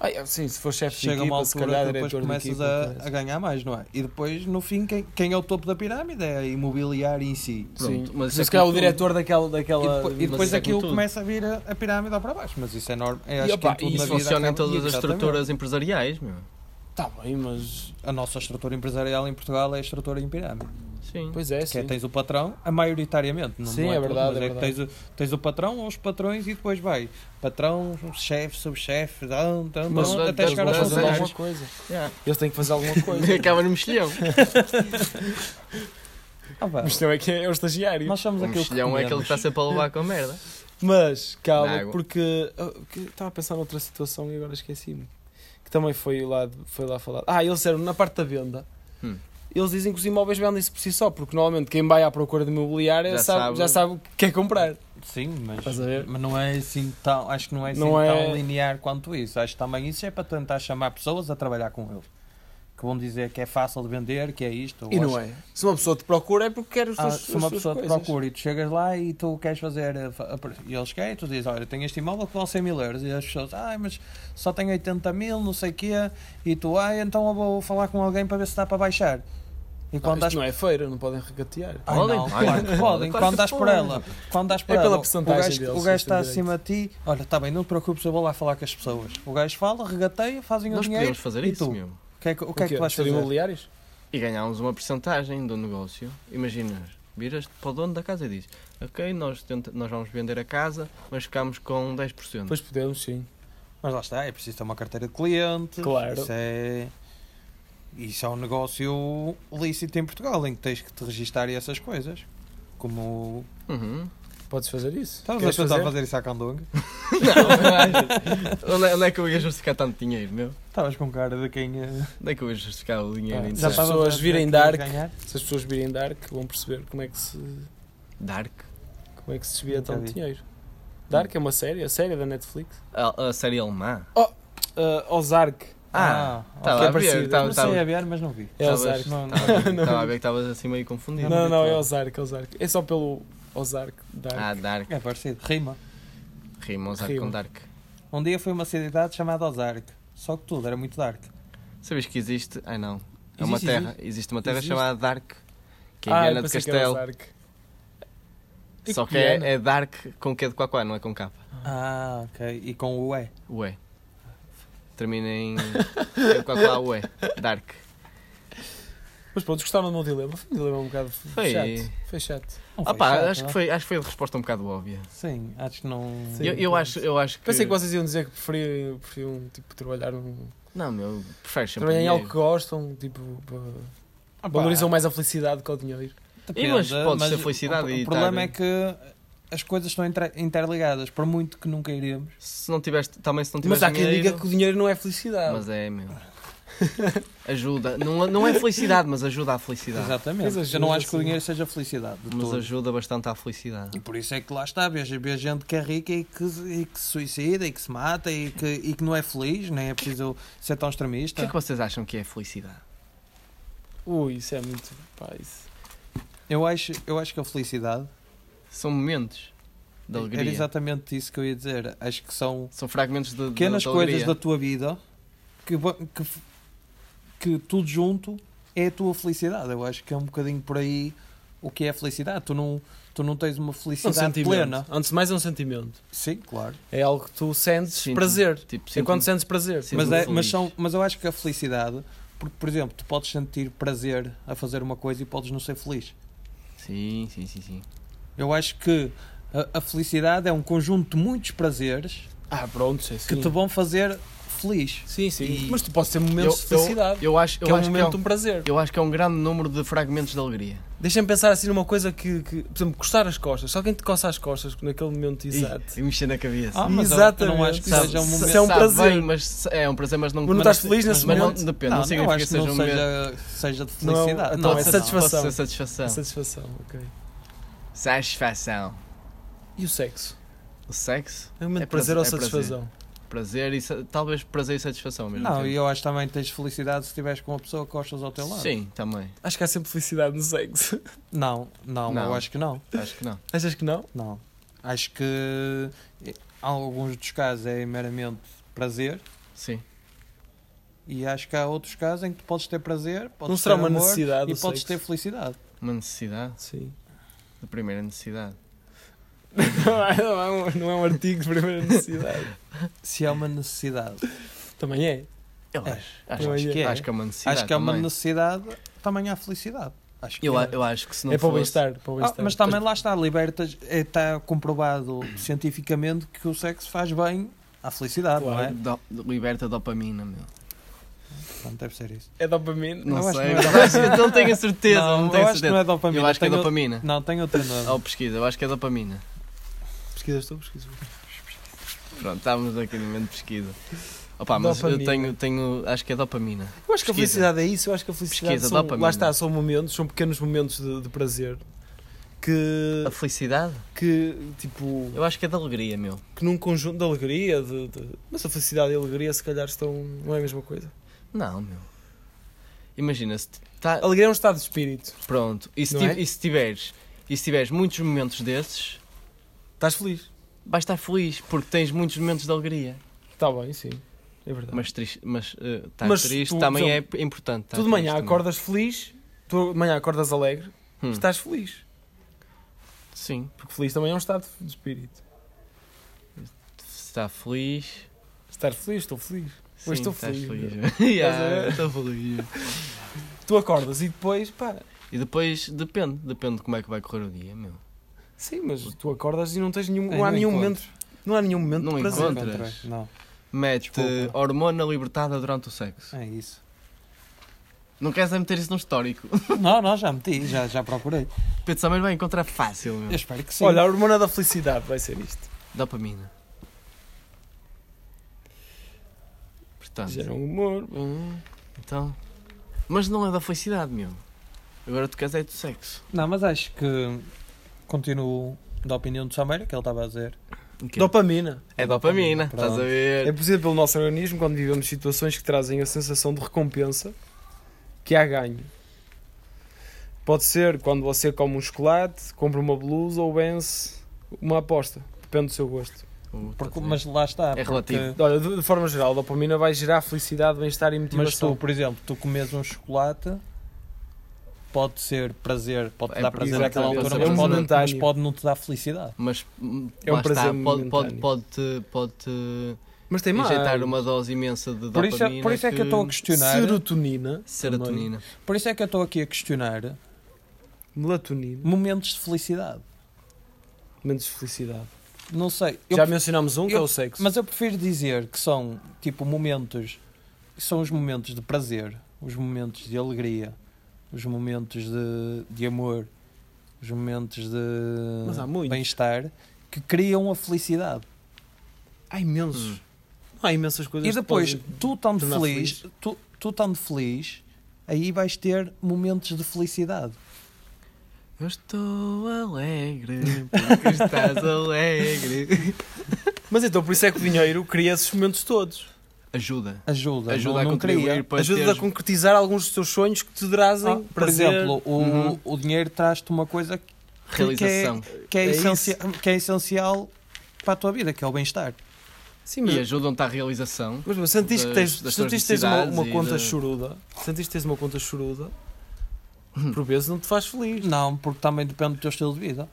S4: Ah, é, sim, se for chefe de
S5: Chega uma
S4: equipa, se
S5: altura
S4: calhar
S5: que depois
S4: diretor de
S5: começas
S4: equipa.
S5: a,
S4: coisa.
S5: a ganhar mais, não é? E depois, no fim, quem, quem é o topo da pirâmide é a imobiliária em si.
S3: Pronto,
S4: Sim,
S3: mas
S4: mas
S3: isso é
S4: se calhar o
S3: como tudo.
S4: diretor daquela.
S5: E
S4: daquela
S5: depois, e
S4: mas
S5: depois
S4: isso é
S5: aquilo
S4: como tudo.
S5: começa a vir a, a pirâmide ao para baixo, mas isso é normal. É, acho
S4: opa,
S5: que em tudo
S4: isso
S3: Isso
S5: na vida
S3: funciona em
S5: acaba-
S3: todas as
S5: Exatamente.
S3: estruturas empresariais, meu.
S4: Tá bem, mas.
S5: A nossa estrutura empresarial em Portugal é a estrutura em pirâmide.
S3: Sim.
S4: Pois é,
S5: Que é,
S4: sim.
S5: tens o patrão, a maioritariamente. Não,
S4: Sim,
S5: não
S4: é
S5: tudo,
S4: verdade,
S5: mas
S4: é
S5: que tens, o, tens o patrão ou os patrões e depois vai patrão, chefe, subchefe, dão, dão,
S4: Mas
S5: dão,
S3: da-
S5: até
S3: das
S5: chegar
S4: Eles
S5: aos
S4: têm que fazer
S5: funcionários.
S4: alguma coisa.
S3: Yeah. É
S4: Eles têm que fazer alguma coisa.
S3: Acaba no mexilhão.
S5: Ah, vá.
S4: Mas não é que é o estagiário.
S5: Nós somos
S3: O
S5: aquilo que
S3: mexilhão é aquele que
S5: comemos.
S3: está sempre a levar com a merda.
S4: Mas,
S3: Na
S4: calma,
S3: água.
S4: porque oh, que- estava a pensar noutra situação e agora esqueci-me. Que também foi lá, foi lá falar. Ah, eles eram na parte da venda.
S3: Hum.
S4: Eles dizem que os imóveis vendem-se por si só, porque normalmente quem vai à procura de imobiliária
S3: Já
S4: sabe,
S3: sabe.
S4: já sabe o que quer comprar.
S5: Sim, mas,
S4: Estás a ver?
S5: mas não é assim tão. Acho que não é assim
S4: Não é-
S5: tão linear quanto isso. Acho que também isso é para tentar chamar pessoas a trabalhar com eles. Que vão dizer que é fácil de vender, que é isto. ou
S4: E não
S5: acho-
S4: é. Se uma pessoa te procura é porque quer os
S5: Ah,
S4: teus,
S5: se uma
S4: as tuas
S5: pessoa te
S4: coisas.
S5: procura e tu chegas lá e tu queres fazer. eh, fa- a- E eles querem, tu dizes: Olha, tenho este imóvel que vale 100 mil euros. E as pessoas, ai, mas só tenho 80 mil, não sei o quê. E tu, ai, então eu vou falar com alguém para ver se dá para baixar. E
S4: Ah, isto
S5: quando estás
S4: não é feira, não podem regatear.
S5: Ai,
S3: Podem?
S5: não,
S3: Ai,
S5: claro que
S3: não.
S5: podem.
S3: Claro
S5: Quando
S3: que
S5: dás por
S3: podem.
S5: ela, quando dás por
S4: pela
S5: ela,
S4: percentagem
S5: o gajo,
S4: deles,
S5: o gajo
S4: eles têm
S5: está acima de ti. Olha, está bem, não te preocupes, eu vou lá falar com as pessoas. O gajo fala, regateia, fazem o
S3: Nós
S5: dinheiro.
S3: podemos fazer
S5: e
S3: isso,
S5: tu?
S3: meu.
S5: O que é que, o que, é que
S4: quê?
S5: tu vais
S4: Ser
S5: fazer?
S4: imobiliários?
S3: E ganhámos uma porcentagem do negócio. Imagina, viras para o dono da casa e dizes: Ok, nós, tenta- nós vamos vender a casa, mas ficamos com 10%.
S4: Pois podemos, sim.
S5: Mas lá está, é preciso ter uma carteira de clientes.
S4: Claro.
S5: Isso é. Isso é um negócio lícito em Portugal, em que tens que te registar e essas coisas. Como.
S3: Uhum.
S4: Podes fazer isso.
S5: Estavas a
S4: Queres
S5: tentar
S4: fazer?
S5: fazer isso à candonga?
S3: Não, onde, é, onde é que eu ia justificar tanto dinheiro, meu?
S5: Estavas com cara de quem. eh,
S3: Onde é que eu ia justificar o dinheiro
S4: Ah, já
S3: em dinheiro?
S4: está-
S5: estava
S4: pessoas
S5: a-
S4: virem
S5: a querer
S4: dark.
S5: ganhar.
S4: Se as pessoas virem Dark, vão perceber como é que se,
S3: Dark?
S4: como é que se desvia
S5: Nunca
S4: tanto
S5: vi.
S4: dinheiro. Dark é uma série, a série da Netflix.
S3: A, a série alemã?
S4: Ah, Ozark.
S3: Ah,
S5: tá
S3: estava
S4: é
S3: a ver.
S4: parecido.
S3: Estava
S5: não
S3: estava-
S5: sei a ver, mas não vi.
S4: É
S3: estavas-
S4: Ozark.
S5: Não, não.
S3: estava a ver- estava a ver que estavas assim meio confundido.
S4: Não, não, é Ozark, Ozark. É só pelo Ozark, Dark.
S3: Ah, Dark.
S5: É parecido, rima.
S3: Rima Ozark
S4: Rima.
S3: com Dark.
S5: Um dia foi uma cidade chamada Ozark. Só que tudo era muito dark.
S3: Sabes que existe? Ai não. É uma
S4: Existe,
S3: terra. Existe uma terra
S4: Existe.
S3: chamada Dark. Que é
S4: Ah, eu
S3: Viana de
S4: pensei que
S3: Castelo.
S4: era Ozark.
S3: Só que
S4: Viana?
S3: é, é Dark com Q de Quaquá, não é com K.
S5: Ah, ok. E com o E.
S3: Ué. Termina em Q de Quaquá, ué. Dark.
S4: Mas pronto, gostaram do meu dilema. Foi um dilema um bocado
S3: Foi.
S4: chato. Foi chato.
S5: Não
S3: Ah
S5: foi
S3: pá,
S5: chato,
S3: acho, que
S5: não?
S3: foi, acho que foi a resposta um bocado óbvia.
S5: Sim, acho que não.
S4: Sim.
S3: Eu, eu, acho, eu acho que.
S4: Pensei que vocês iam dizer que preferiam, preferiam tipo, trabalhar, num,
S3: Não, meu, prefere sempre.
S4: trabalhar em
S3: dinheiro.
S4: algo que gostam, tipo, pa-
S5: Ah, pá,
S4: valorizam mais a felicidade que o dinheiro.
S5: Depende,
S3: mas pode ser felicidade
S5: o,
S3: e
S5: o problema
S3: estar-
S5: é que as coisas estão inter- interligadas, por muito que nunca iremos.
S3: Se não tiveste, também se não
S4: Mas
S3: tiveste
S4: há quem
S3: dinheiro-
S4: diga que o dinheiro não é felicidade.
S3: Mas é, meu. Ajuda. Não, não é felicidade, mas ajuda à felicidade.
S5: Exatamente.
S4: Mas
S5: Eu não
S4: ajuda,
S5: acho que o
S4: sim.
S5: dinheiro seja felicidade. de
S3: é, assim- Mas
S5: todo.
S3: ajuda bastante à
S5: E
S3: felicidade.
S5: por isso é que lá está, vês, vês gente que é rica e que, e que se suicida e que se mata e que, e que não é feliz, nem é preciso ser tão
S3: O que é
S5: extremista.
S3: que vocês acham que é felicidade?
S4: Ui, isso é muito. Pá, isso.
S5: Eu acho, eu acho que a felicidade
S3: São momentos de
S5: era
S3: alegria.
S5: exatamente isso que eu ia dizer. Acho que são
S3: São fragmentos de, de,
S5: pequenas
S3: de
S5: coisas
S3: alegria.
S5: da tua vida que, vo- que, f- que tudo junto é a tua felicidade. Eu acho que é um bocadinho por aí o que é a felicidade. Tu não, tu não tens uma
S4: É um
S5: felicidade
S4: sentimento.
S5: plena.
S4: Antes de mais, é um sentimento.
S5: Sim, claro.
S4: É algo que tu sentes
S3: Sinto-me-
S4: prazer.
S3: Tipo,
S4: É quando
S3: sinto-me-
S4: sentes prazer.
S3: Sim.
S5: Mas,
S3: Sinto-me
S5: é- mas,
S3: um feliz.
S5: são, mas eu acho que a felicidade, porque, por exemplo, tu podes sentir prazer a fazer uma coisa e podes não ser feliz.
S3: Sim, sim, sim, sim.
S5: Eu acho que a, a felicidade é um conjunto de muitos prazeres
S4: Ah, pronto, sim.
S5: que te vão fazer feliz.
S4: Sim, sim.
S3: E-
S4: Mas tu podes ter momentos de felicidade.
S3: Eu, eu acho, eu
S4: que é um
S3: acho
S4: momento
S3: que
S4: de
S3: é
S4: um
S3: um,
S4: prazer.
S3: eu acho que é um grande número de fragmentos de alegria.
S4: Deixa-me pensar assim numa coisa que, que- Por exemplo, coçar as costas. Só quem te coça as costas naquele momento exato.
S3: E, e mexer na cabeça.
S5: Ah, mas eu-
S4: Exatamente.
S5: eu não acho que
S4: Sabe-
S5: seja um
S4: sabe-
S5: momento-
S4: Isso é um
S3: Sabe
S4: prazer.
S3: bem, mas é um prazer, mas não
S4: Mas não estás feliz nesse
S3: mas
S4: momento?
S3: Não, depende, não,
S5: eu
S3: significa
S5: acho que
S3: seja
S5: não
S3: um momento.
S5: seja, seja de
S4: Não,
S5: felicidade.
S4: então é
S5: não,
S4: satisfação.
S3: Pode ser satisfação.
S4: Satisfação, ok.
S3: Satisfação.
S4: E o sexo?
S3: O sexo,
S4: É um momento
S3: É
S4: de prazer,
S3: prazer,
S4: ou
S3: é prazer.
S4: satisfação?
S3: prazer e sa- talvez prazer e satisfação ao mesmo.
S5: Não,
S3: tempo.
S5: e eu acho também que tens felicidade se estiveres com uma pessoa que gostas ao teu lado.
S3: Sim, também.
S4: Acho que há sempre felicidade no sexo.
S5: Não, não,
S3: Não.
S5: eu acho que não.
S3: Acho que não.
S4: Achas que não?
S5: Não. Acho que eh, em alguns dos casos é meramente prazer
S3: Sim.
S5: e acho que há outros casos em que tu podes ter prazer, podes
S4: não será
S5: ter
S4: uma
S5: amor
S4: necessidade
S5: e
S4: do
S5: podes
S4: sexo?
S5: ter felicidade.
S3: Uma necessidade.
S4: Sim.
S3: A primeira necessidade.
S4: não, é, não é um, não é um artigo de primeira necessidade.
S5: Se é uma necessidade.
S4: Também é.
S3: Eu
S5: É.
S3: acho. Acho,
S4: Eu
S3: acho que é.
S5: é.
S3: acho que é uma necessidade.
S5: acho que é uma
S3: também.
S5: necessidade, também há felicidade. Acho que
S3: Eu,
S5: é.
S3: a- eu acho que se não
S4: é para o
S3: fosse-
S4: bem-estar. Para o
S5: Ah,
S4: bem-estar.
S5: mas também lá está, libertas, é, está comprovado cientificamente que o sexo faz bem à felicidade, não é?
S3: Do- liberta dopamina, meu.
S5: Portanto, deve ser isso.
S4: É dopamina.
S3: Não
S5: Eu acho
S3: sei,
S5: que não é
S3: mas acho que não tenho a certeza.
S5: não,
S3: Não,
S5: eu
S3: tenho
S5: acho que não
S3: certeza.
S5: é dopamina.
S3: eu acho que é
S5: tenho-
S3: dopamina.
S5: Não, tenho outra nome.
S3: Ou pesquisa, eu acho que é dopamina.
S4: Pesquisa, estou a pesquisar.
S3: Pronto, estávamos aqui no momento de pesquisa. Opa, mas eu
S4: Dopamina.
S3: tenho, tenho. Acho que é dopamina.
S4: Eu acho que a
S3: Pesquisa.
S4: felicidade é isso, eu acho que a felicidade
S3: Pesquisa,
S4: são,
S3: dopamina.
S4: lá está, são momentos, são pequenos momentos de, de prazer que,
S3: A felicidade?
S4: que tipo
S3: Eu acho que é de alegria, meu.
S4: que num conjunto de alegria, de, de- mas a felicidade e a alegria se calhar estão não é a mesma coisa.
S3: Não, meu. Imagina, se tá,
S4: A alegria é um estado de espírito.
S3: Pronto, e se,
S4: Não
S3: ti-
S4: é?
S3: e se tiveres, e se tiveres muitos momentos desses,
S4: Estás feliz?
S3: vais estar feliz, porque tens muitos momentos de alegria.
S4: Está bem, sim. É verdade.
S3: Mas triste, mas eh, estar
S4: Mas
S3: triste
S4: tu,
S3: também
S4: por
S3: é importante. estar
S4: tu de manhã
S3: triste, meu.
S4: acordas feliz, tu de manhã acordas alegre,
S3: Hum,
S4: estás feliz.
S3: Sim,
S4: Porque feliz também é um estado de espírito.
S3: estar feliz.
S4: Estar feliz, estou feliz.
S3: Sim,
S4: Hoje estou
S3: estás
S4: feliz, Estás a
S3: yeah,
S4: ver?
S3: estou feliz.
S4: Tu acordas e depois, pá,
S3: E depois depende, depende de como é que vai correr o dia, meu.
S4: sim, mas tu acordas e não tens nenhum,
S5: Ai,
S4: não há
S5: não
S4: nenhum
S5: encontro.
S4: momento, não há nenhum momento
S3: Não
S4: de prazer.
S3: encontro.
S5: Não,
S3: Contras.
S5: Não,
S3: Mete
S5: Desculpa.
S3: hormona libertada durante o sexo.
S5: é isso.
S3: Não queres é meter isso num histórico.
S5: não, não, já meti, já, já procurei.
S3: Pedro Samuel vai encontrar fácil,
S5: Eu
S3: meu.
S5: espero que sim.
S4: Olha, a hormona da felicidade vai ser isto.
S3: Dopamina.
S5: Ah,
S3: Portanto.
S4: Gera um humor. hum.
S3: Então. Mas não é da felicidade, meu. Agora tu queres é do sexo.
S5: Não, mas acho que continuo da opinião do Sameira, que ele estava a dizer.
S4: Dopamina.
S3: É dopamina,
S5: Pronto.
S3: estás a
S4: É
S3: ver?
S4: produzida pelo nosso organismo quando vivemos situações que trazem a sensação de recompensa que há ganho. Pode ser quando você come um chocolate, compra uma blusa ou vence uma aposta. Depende do seu gosto.
S3: Uh, estás
S5: Porque,
S3: a ver?
S5: mas lá está.
S3: É
S5: porque-
S3: relativo.
S4: Olha, de, de forma geral, a dopamina vai gerar felicidade, bem-estar e
S5: Mas tu,
S4: motivação.
S5: por exemplo, tu comes um chocolate, pode ser prazer, pode te
S3: É
S5: dar prazer naquela
S3: exatamente,
S5: altura,
S3: é
S5: mas,
S3: um
S5: pode,
S4: momentâneo.
S5: mas pode não te dar felicidade.
S3: Mas hum,
S4: É um
S3: lá
S4: prazer
S3: está, pode, pode,
S4: momentâneo.
S3: pode, te, pode te
S4: Mas tem mais.
S3: injetar uma dose imensa de
S5: Por
S3: dopamina.
S5: isso, é, por isso é que eu estou a questionar.
S4: Serotonina,
S3: Serotonina.
S5: Por isso é que eu estou aqui a questionar
S4: melatonina,
S5: momentos de felicidade.
S4: menos felicidade.
S5: Não sei. Eu
S4: Já
S5: pref-
S4: mencionámos um que
S5: eu-
S4: é o sexo.
S5: Mas eu prefiro dizer que são tipo momentos. São os momentos de prazer, os momentos de alegria, os momentos de, de amor, os momentos
S4: Mas há
S5: de
S4: muitos.
S5: bem-estar que criam a felicidade.
S4: Há imensos. Há imensas coisas
S5: Hum. E depois,
S4: que podem-
S5: tu estando
S4: tornar
S5: feliz,
S4: feliz.
S5: tu, tu estando feliz, aí vais ter momentos de felicidade.
S3: Eu estou alegre porque estás alegre.
S4: Mas então por isso é que o dinheiro cria esses momentos todos.
S3: Ajuda.
S5: Ajuda,
S3: Ajuda
S5: não,
S3: a
S5: não
S3: contribuir
S5: cria.
S3: para
S4: Ajuda
S3: teres-
S4: a concretizar alguns dos teus sonhos que te trazem,
S5: Ah, por
S4: prazer. Uhum.
S5: exemplo, o, o dinheiro traz-te uma coisa que,
S3: realização.
S5: que é, que é
S4: É
S5: essenci- que é essencial para a tua vida, que é o bem-estar.
S4: Sim, mas
S3: E ajudam-te à realização.
S4: Mas, mas sentiste que tens,
S3: das- das
S4: sentiste que
S3: tuas
S4: tens uma, uma
S3: necessidades e
S4: conta
S3: da-
S4: choruda, sentiste que tens uma conta choruda,
S5: Hum.
S4: por vezes não te faz feliz.
S5: Não, porque também depende do teu estilo de vida,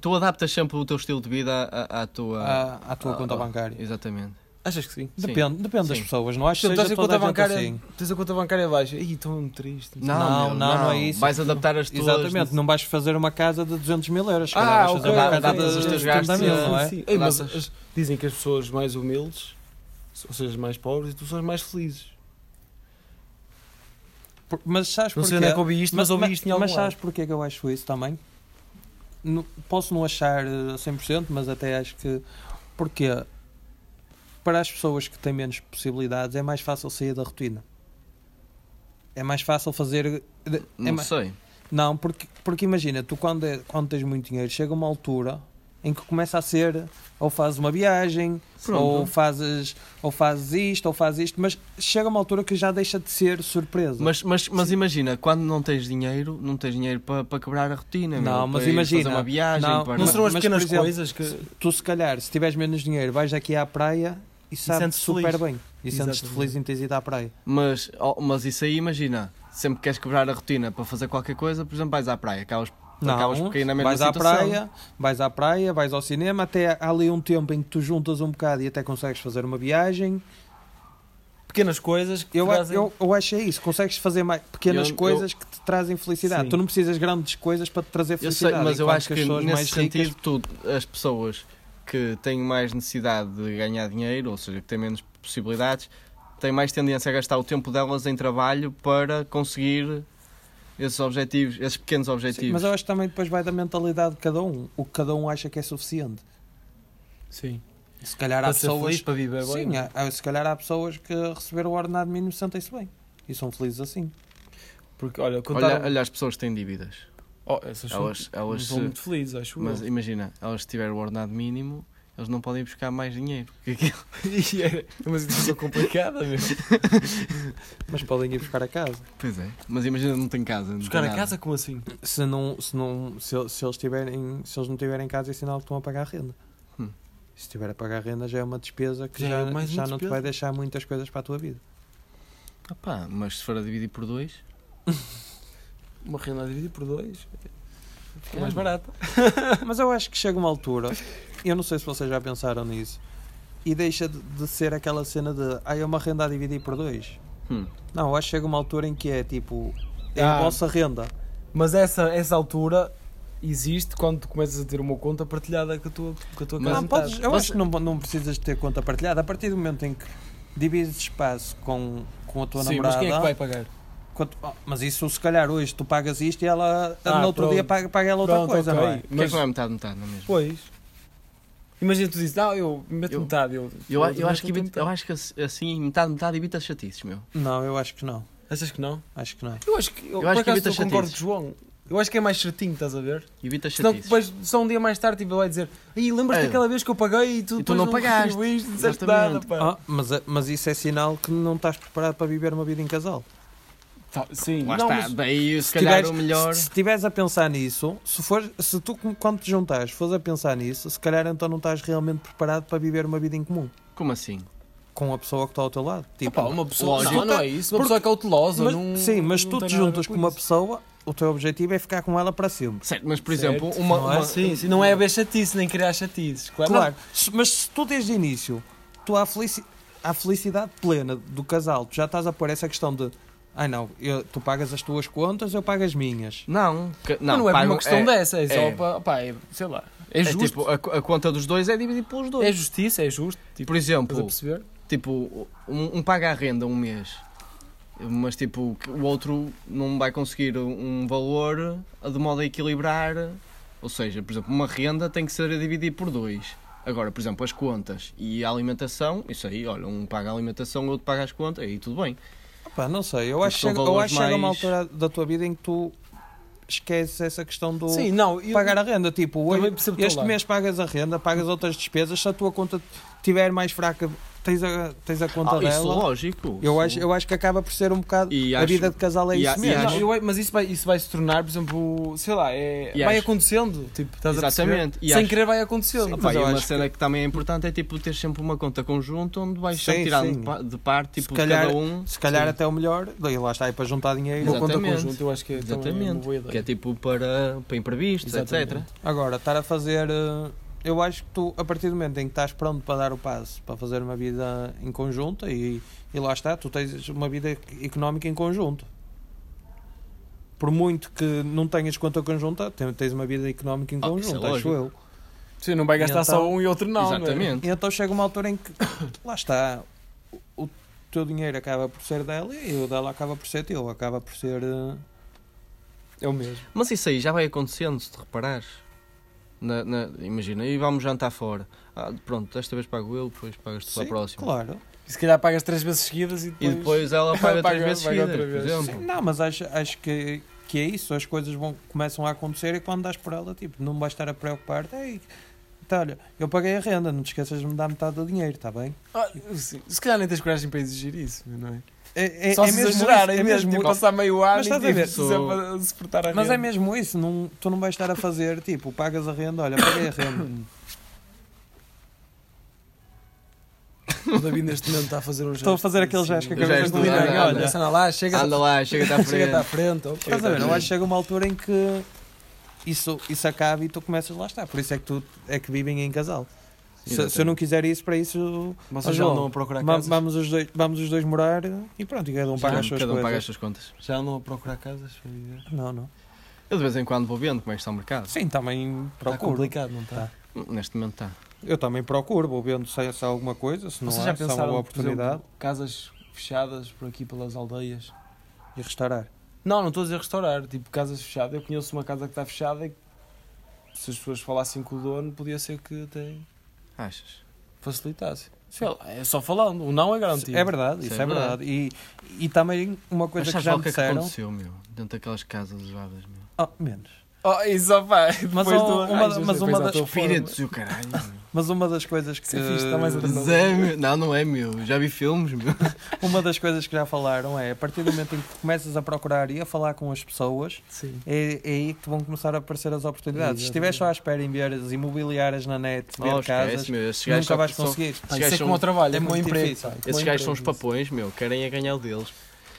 S3: Tu adaptas sempre o teu estilo de vida à, à tua.
S4: Ah,
S5: à, à tua
S3: à-
S5: conta
S3: à-
S5: bancária.
S3: Exatamente.
S4: Achas que sim?
S3: Sim.
S5: Depende, depende das
S3: Sim.
S5: pessoas, não acho que
S4: Portanto, tens
S5: seja
S4: a
S5: toda
S4: conta
S5: a gente
S4: bancária,
S5: assim.
S4: tens a conta bancária baixa. Ih, estou triste.
S5: Não, não,
S3: meu,
S5: não, é isso.
S3: Vais adaptar as tuas.
S5: Exatamente, não vais fazer uma casa de 200 mil euros, se
S4: Ah,
S5: calhar vais
S4: ok,
S5: fazer uma
S4: ok,
S5: casa de
S4: ok. Os teus
S5: 70 mil,
S4: gastos,
S5: não é?
S4: sim, sim. Ei, mas
S3: Adaptas.
S4: as- dizem que as pessoas mais humildes, ou seja, as mais pobres, e tu são as mais felizes.
S5: Por- Mas sabes
S4: Não
S5: porquê?
S4: sei onde é que ouvi isto, mas, ouvi isto em algum
S5: mas sabes
S4: lado.
S5: porquê que eu acho isso também? No- posso não achar eh, a 100%, mas até acho que. Porque para as pessoas que têm menos possibilidades é mais fácil sair da rotina. É mais fácil fazer. de- é
S3: Não
S5: ma-
S3: sei.
S5: não, porque, porque imagina, tu quando, é- quando tens muito dinheiro, chega uma altura em que começa a ser ou fazes uma viagem,
S3: Pronto.
S5: ou fazes, ou fazes isto, ou fazes isto, mas chega uma altura que já deixa de ser surpresa.
S3: Mas, mas, mas imagina, quando não tens dinheiro, não tens dinheiro para, para quebrar a rotina. meu,
S5: Não, mas
S3: para ir
S5: imagina,
S3: Fazer uma viagem.
S5: não,
S3: para...
S4: Não serão as
S5: Mas, por
S4: pequenas
S5: exemplo,
S4: coisas que.
S5: tu se calhar, se tiveres menos dinheiro, vais aqui à praia e sabes
S4: sentes-te
S5: super
S4: feliz.
S5: bem. E sentes-te
S4: Exatamente.
S5: feliz em teres ido à praia.
S3: Mas, oh, mas isso aí, imagina, sempre que queres quebrar a rotina para fazer qualquer coisa, por exemplo, vais à praia, acabas, acabas por cair na mesma
S5: vais à
S3: situação.
S5: praia, vais à praia, vais ao cinema, até há ali um tempo em que tu juntas um bocado e até consegues fazer uma viagem.
S4: Pequenas coisas que
S5: Eu,
S4: trazem-
S5: eu, eu acho é isso, consegues fazer mais pequenas
S3: Eu- eu-
S5: coisas que te trazem felicidade.
S4: Sim.
S5: Tu não precisas grandes coisas para te trazer
S3: Eu
S5: felicidade.
S3: sei, mas eu
S5: enquanto
S3: acho que,
S5: as pessoas
S3: nesse
S5: mais
S3: sentido,
S5: ricas,
S3: tu, as pessoas que têm mais necessidade de ganhar dinheiro, ou seja, que têm menos possibilidades, têm mais tendência a gastar o tempo delas em trabalho para conseguir esses objetivos, esses pequenos objetivos.
S5: Sim, mas eu acho que também depois vai da mentalidade de cada um, o que cada um acha que é suficiente.
S4: Sim.
S5: Se calhar há
S4: Para ser
S5: pessoas
S4: feliz, para viver bem.
S5: Sim, há- há- se calhar há pessoas que receberam o ordenado mínimo e sentem-se bem. E são felizes assim.
S4: Porque, olha, contaram...
S3: olha, olha as pessoas que têm dívidas.
S4: Oh, essas um- são-
S3: Elas,
S4: não
S3: elas
S4: são
S3: se-
S4: muito felizes, acho eu.
S3: Mas é- imagina, elas se tiverem o ordenado mínimo, eles não podem ir buscar mais dinheiro. Que aquilo-
S4: E é uma situação complicada, meu.
S5: Mas podem ir buscar a casa.
S3: Pois é. Mas imagina, não tem casa. não
S4: Buscar
S3: tem
S4: a
S3: nada.
S4: casa como assim?
S5: Se, não, se, não, se, el- se eles tiverem, se eles não tiverem casa, é sinal que estão a pagar renda.
S3: Hum.
S5: Se estiver a pagar renda, já é uma despesa que
S4: Já
S5: já,
S4: é mais uma
S5: já não te
S4: despesa.
S5: vai deixar muitas coisas para a tua vida.
S3: Ah pá, mas se for a dividir por dois, é
S4: Uma renda dividida por dois? É. Fica mais barata.
S5: Mas eu acho que chega uma altura, eu não sei se vocês já pensaram nisso, e deixa de, de ser aquela cena de ah, é uma renda a dividir por dois.
S3: Hum.
S5: Não, eu acho que chega uma altura em que é tipo, é a
S4: Ah.
S5: vossa renda.
S4: Mas essa, essa altura existe quando tu começas a ter uma conta partilhada com a tua, com a tua
S3: Mas-
S4: casa.
S5: Não,
S4: inteira.
S5: podes, eu acho que não, não precisas de ter conta partilhada. A partir do momento em que divides espaço com, com a tua
S4: Sim, mas
S5: namorada.
S4: quem é que vai pagar?
S5: com a tu- oh, mas isso, se calhar, hoje tu pagas isto e ela,
S4: Ah,
S5: no outro
S4: pronto.
S5: dia, paga, paga ela outra
S4: Pronto,
S5: coisa,
S4: ok.
S5: não é?
S3: mas... que é que não é metade, metade, não é mesmo?
S4: Pois. Imagina tu dizes, não, eu meto
S3: Eu-
S4: metade. Eu,
S3: Eu, eu, acho que
S4: meto
S3: evita- eu acho que assim, metade, metade evita as chatices, meu.
S5: Não, eu acho que não.
S4: Achas que não?
S5: Acho que não. é.
S4: Eu acho que, eu,
S3: acho que
S4: por acaso,
S3: evita
S4: eu concordo com o
S3: chatices.
S4: João. Eu acho que é mais certinho, estás a ver?
S3: Evita as
S4: Senão
S3: chatices.
S4: depois, só um dia mais tarde, tipo, ele vai dizer Aí, lembras-te
S3: É.
S4: daquela vez que eu paguei e tu,
S3: tu
S4: depois
S3: não pagaste.
S4: retribuíste, não disseste
S3: Exatamente.
S4: nada, pá.
S5: Ah, mas, a- mas isso é sinal que não estás preparado para viver uma vida em casal.
S4: Tá, sim,
S3: Lá
S4: não,
S3: está,
S4: mas-
S3: daí se
S5: Se
S3: calhar
S5: tiveres-
S3: o melhor.
S5: Se estiveres a pensar nisso, se, for, se tu, quando te juntares, fores a pensar nisso, se calhar então não estás realmente preparado para viver uma vida em comum
S3: Como assim?
S5: com a pessoa que está ao teu lado. Tipo,
S4: Pá, uma pessoa.
S3: Lógico.
S4: Não, não é isso. Uma
S5: Porque-
S4: pessoa cautelosa.
S5: Mas-
S4: não,
S5: sim, mas
S4: não
S5: tu
S4: tem
S5: te
S4: nada a ver
S5: juntas com uma
S4: isso.
S5: pessoa, o teu objetivo é ficar com ela para sempre.
S3: Certo, mas por
S4: Certo.
S3: exemplo, uma.
S4: Não
S3: uma-
S4: é? Sim, sim, não é haver chatice, nem criar chatices. Claro.
S5: Claro, se- mas se tu desde o início, tu há felici há felicidade plena do casal, tu já estás a pôr essa questão de ai não, eu- tu pagas as tuas contas, eu pago as minhas.
S3: Não, que- não,
S4: Não, não é por
S3: pagam-
S4: uma questão dessa. É só
S3: é.
S4: para. Pá, é, sei lá. É
S3: É
S4: justo. É,
S3: tipo, a, co- a conta dos dois é dividida pelos dois.
S4: justiça, é justo. Tipo,
S3: Por exemplo,
S4: estás a perceber?
S3: tipo um, um paga a renda um mês. Mas tipo, que o outro não vai conseguir um valor de modo a equilibrar. Ou seja, por exemplo, uma renda tem que ser a dividir por dois. Agora, por exemplo, as contas e a alimentação, isso aí, olha, um paga a alimentação, o outro paga as contas, aí tudo bem.
S5: Pá, não sei, eu
S3: Porque
S5: acho que
S3: são
S5: chega, eu
S3: valores
S5: acho que chega uma
S3: mais-
S5: altura da tua vida em que tu esqueces essa questão do
S4: Sim, não, eu,
S5: pagar a renda. Tipo, hoje-
S4: Também percebo o teu
S5: este
S4: lado.
S5: mês pagas a renda, pagas outras despesas, se a tua conta estiver mais fraca, tens a, tens a conta
S3: Ah, isso
S5: dela.
S3: lógico.
S5: é Eu
S3: isso-
S5: acho, eu acho que acaba por ser um bocado
S3: E
S5: a
S3: acho-
S5: vida de casal é
S3: e
S5: isso
S3: a- e
S5: mesmo.
S3: acho-
S4: não, eu- mas isso vai, isso vai se tornar, por exemplo, sei lá, é,
S3: E
S4: vai
S3: acho-
S4: acontecendo. Tipo, estás a perceber?
S3: Exatamente. E
S4: Sem
S3: acho-
S4: querer vai acontecendo.
S3: Ah,
S4: Mas
S3: pá, e
S4: eu
S3: uma
S4: acho
S3: cena que... também é importante é tipo ter sempre uma conta conjunta onde vais
S5: Sim,
S3: sempre tirando
S5: sim.
S3: de pa- de parte tipo,
S5: Se calhar-
S3: cada um.
S5: Se calhar
S3: Sim.
S5: até o melhor, daí lá está aí para juntar dinheiro.
S4: uma conta
S3: Exatamente.
S4: conjunta, eu acho que é também uma boa
S3: Exatamente.
S4: ideia.
S3: Que é tipo para, para imprevistos,
S4: Exatamente.
S3: etc.
S5: Agora, estar a fazer. eh, Eu acho que tu, a partir do momento em que estás pronto para dar o passo, para fazer uma vida em conjunto, e, e lá está, tu tens uma vida económica em conjunto. Por muito que não tenhas conta conjunta, te- tens uma vida económica em
S3: Ah, isso é
S5: conjunto, acho
S3: lógico.
S5: eu.
S4: Sim, não vai
S5: E
S4: gastar só
S5: então-
S4: um e outro não. não é?
S3: Exatamente.
S5: E então chega uma altura em que, lá está, o, o teu dinheiro acaba por ser dela e o dela acaba por ser teu, acaba por ser. eh,
S4: É o mesmo.
S3: Mas isso aí já vai acontecendo, se te reparares. Na- na- imagina, e vamos jantar fora. Ah, pronto, desta vez pago eu, depois pagas tu para a
S5: sim,
S3: próxima.
S5: Claro.
S4: E se calhar pagas três vezes seguidas e
S3: E
S4: depois.
S3: depois ela paga três
S4: Paga-
S3: vezes
S4: paga
S3: seguidas,
S4: outra vez.
S3: por exemplo.
S5: Sim, não, mas acho, acho que, que é isso. As coisas vão, começam a acontecer e quando das por ela, tipo, não vais estar a preocupar-te. Ei, tá, olha, eu paguei a renda, não te esqueças de me dar metade do dinheiro, está bem?
S4: Ah, sim. se calhar nem tens coragem para exigir isso, não é?
S5: É, é,
S4: só
S5: é
S4: se
S5: mesmo
S4: exagerar,
S5: isso,
S4: é mesmo.
S5: mesmo
S4: passar meio ano
S5: Mas
S4: e
S5: estás a
S4: tipo,
S5: ver?
S4: sempre a suportar a
S5: mas é
S4: renda.
S5: mesmo isso, não, tu não vais estar a fazer, tipo, pagas a renda, olha, paguei a renda.
S4: O David neste momento está a fazer um gesto.
S5: Estou a fazer aquele gesto que
S3: Eu já
S5: acabas de
S3: estou
S5: ligar,
S3: a-
S5: olha.
S4: Olha, lá, chega
S3: Anda lá, chega-te à
S4: Chega-te à
S3: frente.
S4: frente. ó.
S5: Estás a ver? Eu acho que chega uma altura em que isso, isso acaba e tu começas lá está. Por isso é que tu é que vivem em casal. Se, se eu não quiser isso, para isso
S4: Vocês
S5: Mas,
S4: já
S5: João,
S4: andam a
S3: Tá,
S4: procurar
S5: Va-
S4: casas?
S5: Vamos os, dois, vamos os dois morar e pronto, e cada um paga as suas
S3: Cada um
S5: coisas.
S3: paga as suas contas.
S4: Já andam a procurar casas? foi dizer?
S5: Não, não.
S3: Eu de vez em quando vou vendo como é que está o mercado.
S5: Sim, também
S4: Está
S5: procuro.
S4: Tá complicado, não está?
S5: Tá.
S3: Neste momento está.
S5: Eu também procuro, vou vendo se há se há alguma coisa, se não
S4: Vocês
S5: há,
S4: já
S5: se há uma
S4: pensaram,
S5: boa
S4: por exemplo,
S5: oportunidade.
S4: casas fechadas por aqui pelas aldeias?
S5: E restaurar.
S4: Não, não estou a dizer restaurar, tipo casas fechadas. Eu conheço uma casa que está fechada e se as pessoas falassem com o dono, podia ser que até
S3: Achas?
S4: facilitasse. Sei lá, é só falando, o não é garantido.
S5: É verdade, isso
S3: Isso é
S5: é verdade. E, e também uma coisa
S3: Mas
S5: que
S3: sabes
S5: já
S3: lá o
S5: me
S3: que é que
S5: disseram.
S3: aconteceu, meu? Dentro daquelas casas usadas, meu.
S5: Oh, menos.
S4: Oh, isso ó, pá,
S5: Mas
S4: depois
S5: uma-
S4: do
S5: uma-
S4: arranjo,
S5: mas
S4: depois
S5: uma
S4: à
S5: das
S4: tua forma.
S3: Espíritos e o caralho, meu.
S5: Mas uma das coisas que.
S4: Isso é fixe, está mais a-
S3: Mas é, meu. Não, não é, meu. Já vi filmes, meu.
S5: Uma das coisas que já falaram é a partir do momento em que começas a procurar e a falar com as pessoas,
S4: Sim.
S5: é, é aí que te vão começar a aparecer as oportunidades. Se estiveres só à espera em ver as imobiliárias na net, ver
S3: Oh,
S5: casas,
S3: esquece, meu. Esses gajos
S5: nunca
S3: só-
S5: vais
S3: só-
S4: Pá,
S5: conseguir.
S3: Esses
S4: isso é
S3: gajos
S4: como o
S3: são-
S4: trabalho, é,
S5: é
S4: muito
S5: muito
S4: emprego.
S5: difícil.
S4: pá, é
S3: Esses
S4: como
S3: gajos são os
S4: emprego, isso.
S3: papões, meu. Querem a ganhar o deles.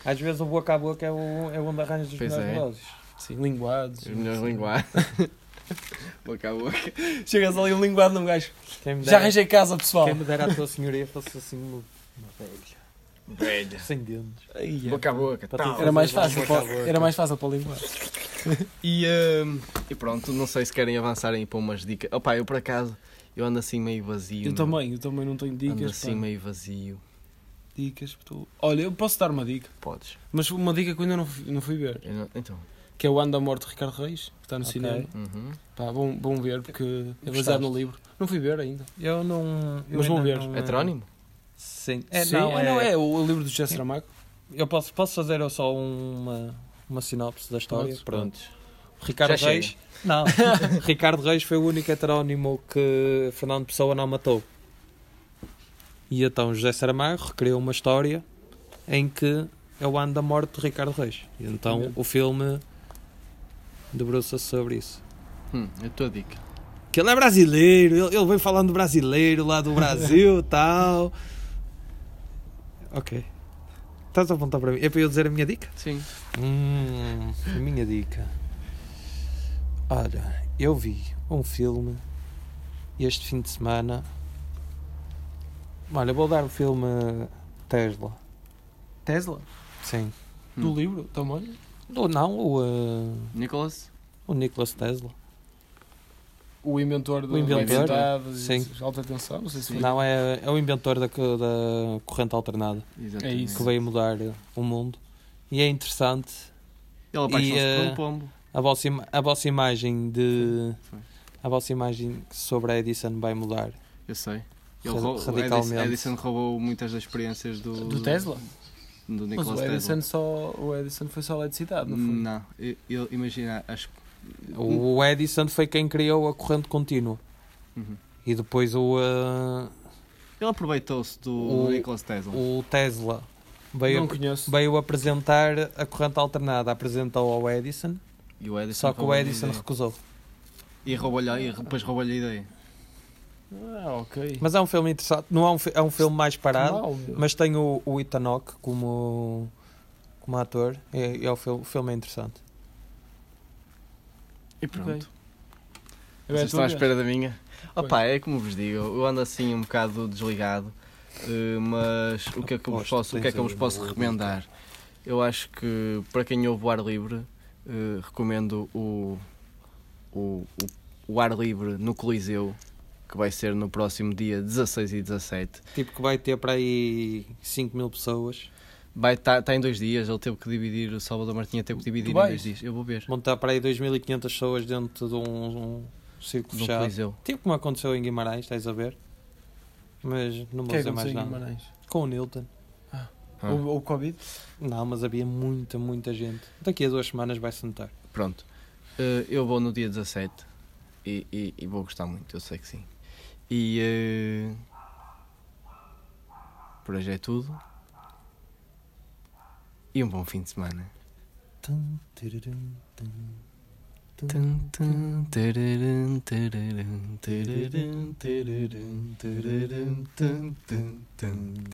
S5: Às vezes o boca a boca é, o, é onde arranjas os
S3: Pois
S5: melhores
S3: é.
S5: negócios.
S4: Sim, linguados.
S3: As melhores linguagens. boca a boca.
S4: Chegas ali um linguado num gajo.
S5: Quem me
S4: Já
S5: dera,
S4: arranjei casa, pessoal.
S5: quem me dera a tua senhoria fosse assim uma, uma velha,
S3: Velha.
S5: sem dentes.
S4: Ai, é.
S3: Boca a boca.
S5: Para
S3: tal.
S5: tu-
S4: Então, Era mais
S5: Boca a
S4: fácil
S5: boca.
S4: para, era mais fácil para o linguado.
S3: E, hum, e pronto, não sei se querem avançar aí para umas dicas. Opá, eu por acaso, eu ando assim meio vazio.
S4: Eu
S3: meu.
S4: também, eu também não tenho
S3: Ando
S4: dicas.
S3: assim
S4: pá.
S3: meio vazio.
S4: Dicas. tu- Olha, eu posso dar uma dica,
S3: Podes.
S4: mas uma dica que eu ainda não fui, não fui ver,
S3: Eu não- Então.
S4: que é o Anda Morte de Ricardo Reis, que está no
S5: Ok.
S4: cinema.
S3: Uhum.
S4: Pá, vão, vão ver, porque é baseado
S5: Gostaste?
S4: no livro. Não fui ver ainda.
S5: Eu não. eu
S4: Mas vão
S5: ainda
S4: ver.
S5: não-
S3: Heterónimo?
S5: Sim. É,
S4: Sim,
S5: não,
S4: ah,
S5: é,
S4: não, é o livro do José Saramago.
S5: Eu posso, posso fazer eu só uma, uma sinopse da história?
S4: Podes.
S5: Pronto. Ricardo
S3: Já chega.
S5: Reis. Não. Ricardo Reis foi o único heterónimo que Fernando Pessoa não matou. E então José Saramago recriou uma história em que é o ano da morte de Ricardo Reis. E então o filme debruça-se sobre isso.
S3: Hum, a tua dica.
S5: Que ele é brasileiro, ele, ele vem falando brasileiro lá do Brasil e tal. Ok. Estás a apontar para mim? É para eu dizer a minha dica?
S3: Sim.
S5: Hum, a minha dica. Olha, eu vi um filme este fim de semana. Olha, vou dar o filme Tesla.
S4: Tesla?
S5: Sim.
S3: Hum.
S4: Do livro, também.
S5: Do, não, o, eh,
S3: Nicolas?
S5: o Nicolas Tesla.
S4: O inventor é. do
S5: O inventor,
S4: inventado,
S5: sim.
S4: de alta tensão, não sei se foi.
S5: Não, é, é o inventor da, co- da corrente alternada
S3: Exatamente.
S4: isso.
S5: que veio mudar eh, o mundo. e é interessante
S3: Ele
S5: eh,
S3: apaixonou-se por um pombo.
S5: a vossa, ima- a vossa imagem de a vossa imagem sobre a Edison vai mudar
S3: Eu sei.
S5: Ra-
S3: Ele roubou,
S5: radicalmente.
S3: Edison, Edison roubou muitas das experiências do,
S4: Do Tesla?
S3: Do
S4: Mas
S3: Nikola
S4: o
S3: Tesla.
S5: é
S4: Edison, só, o Edison foi só eletricidade, no fundo.
S3: Não, eu, eu- imagina, acho
S5: o Edison foi quem criou a corrente contínua
S3: Uhum.
S5: e depois o ah,
S3: Ele aproveitou-se do
S5: O-
S3: Nikola Tesla.
S5: o Tesla veio
S4: Não conheço.
S5: veio apresentar a corrente alternada apresentou ao Edison
S3: e o Edison
S5: só que o
S3: roubou-lhe a
S5: Edison
S3: ideia.
S5: recusou
S3: E roubou-lhe, e depois roubou-lhe a ideia.
S4: Ah, ok.
S5: mas é um filme interessante não é um, fi- é um filme mais parado
S4: Mal, meu.
S5: Mas tem o, o Ethan Hawke como, como ator. É, é o, filme, o filme é interessante.
S3: E pronto.
S4: Ok. Agora
S3: Vocês estão à
S4: tu vês.
S3: espera da minha? Opa, é como vos digo, eu ando assim um bocado desligado, eh, mas o que é que eu vos
S5: Aposto que
S3: posso, o que é que eu vos
S5: tens aí um
S3: posso
S5: uma boa
S3: recomendar? Eu acho que para quem ouve o ar livre, eh, recomendo o, o, o, o ar livre no Coliseu, que vai ser no próximo dia 16 e 17.
S5: Tipo que vai ter para aí 5 mil pessoas.
S3: Vai estar em dois dias, ele teve que dividir, o Salvador Martinha teve que dividir em
S4: vais?
S3: dois dias. Eu vou ver.
S5: Vão estar para aí 2.500 pessoas dentro de um, um
S3: No
S5: círculo fechado.
S3: Coliseu.
S5: Tipo como aconteceu em Guimarães, estás a ver? Mas
S4: O
S5: não vou
S4: que é que
S5: dizer mais
S4: aconteceu em
S5: nada.
S4: Guimarães?
S5: Com o Newton.
S3: Ah.
S4: O, o Covid?
S5: Não, mas havia muita, muita gente. Daqui a duas semanas vai-se notar.
S3: Pronto. Eh, eu vou no dia 17 e, e- e vou gostar muito, eu sei que sim. E eh, por hoje é tudo. E um bom fim de semana.
S5: Tum, tiririm, tum, tum.
S3: Tum, tum, tararum, tararum, tararum, tararum, tararum, tum, tum, tum.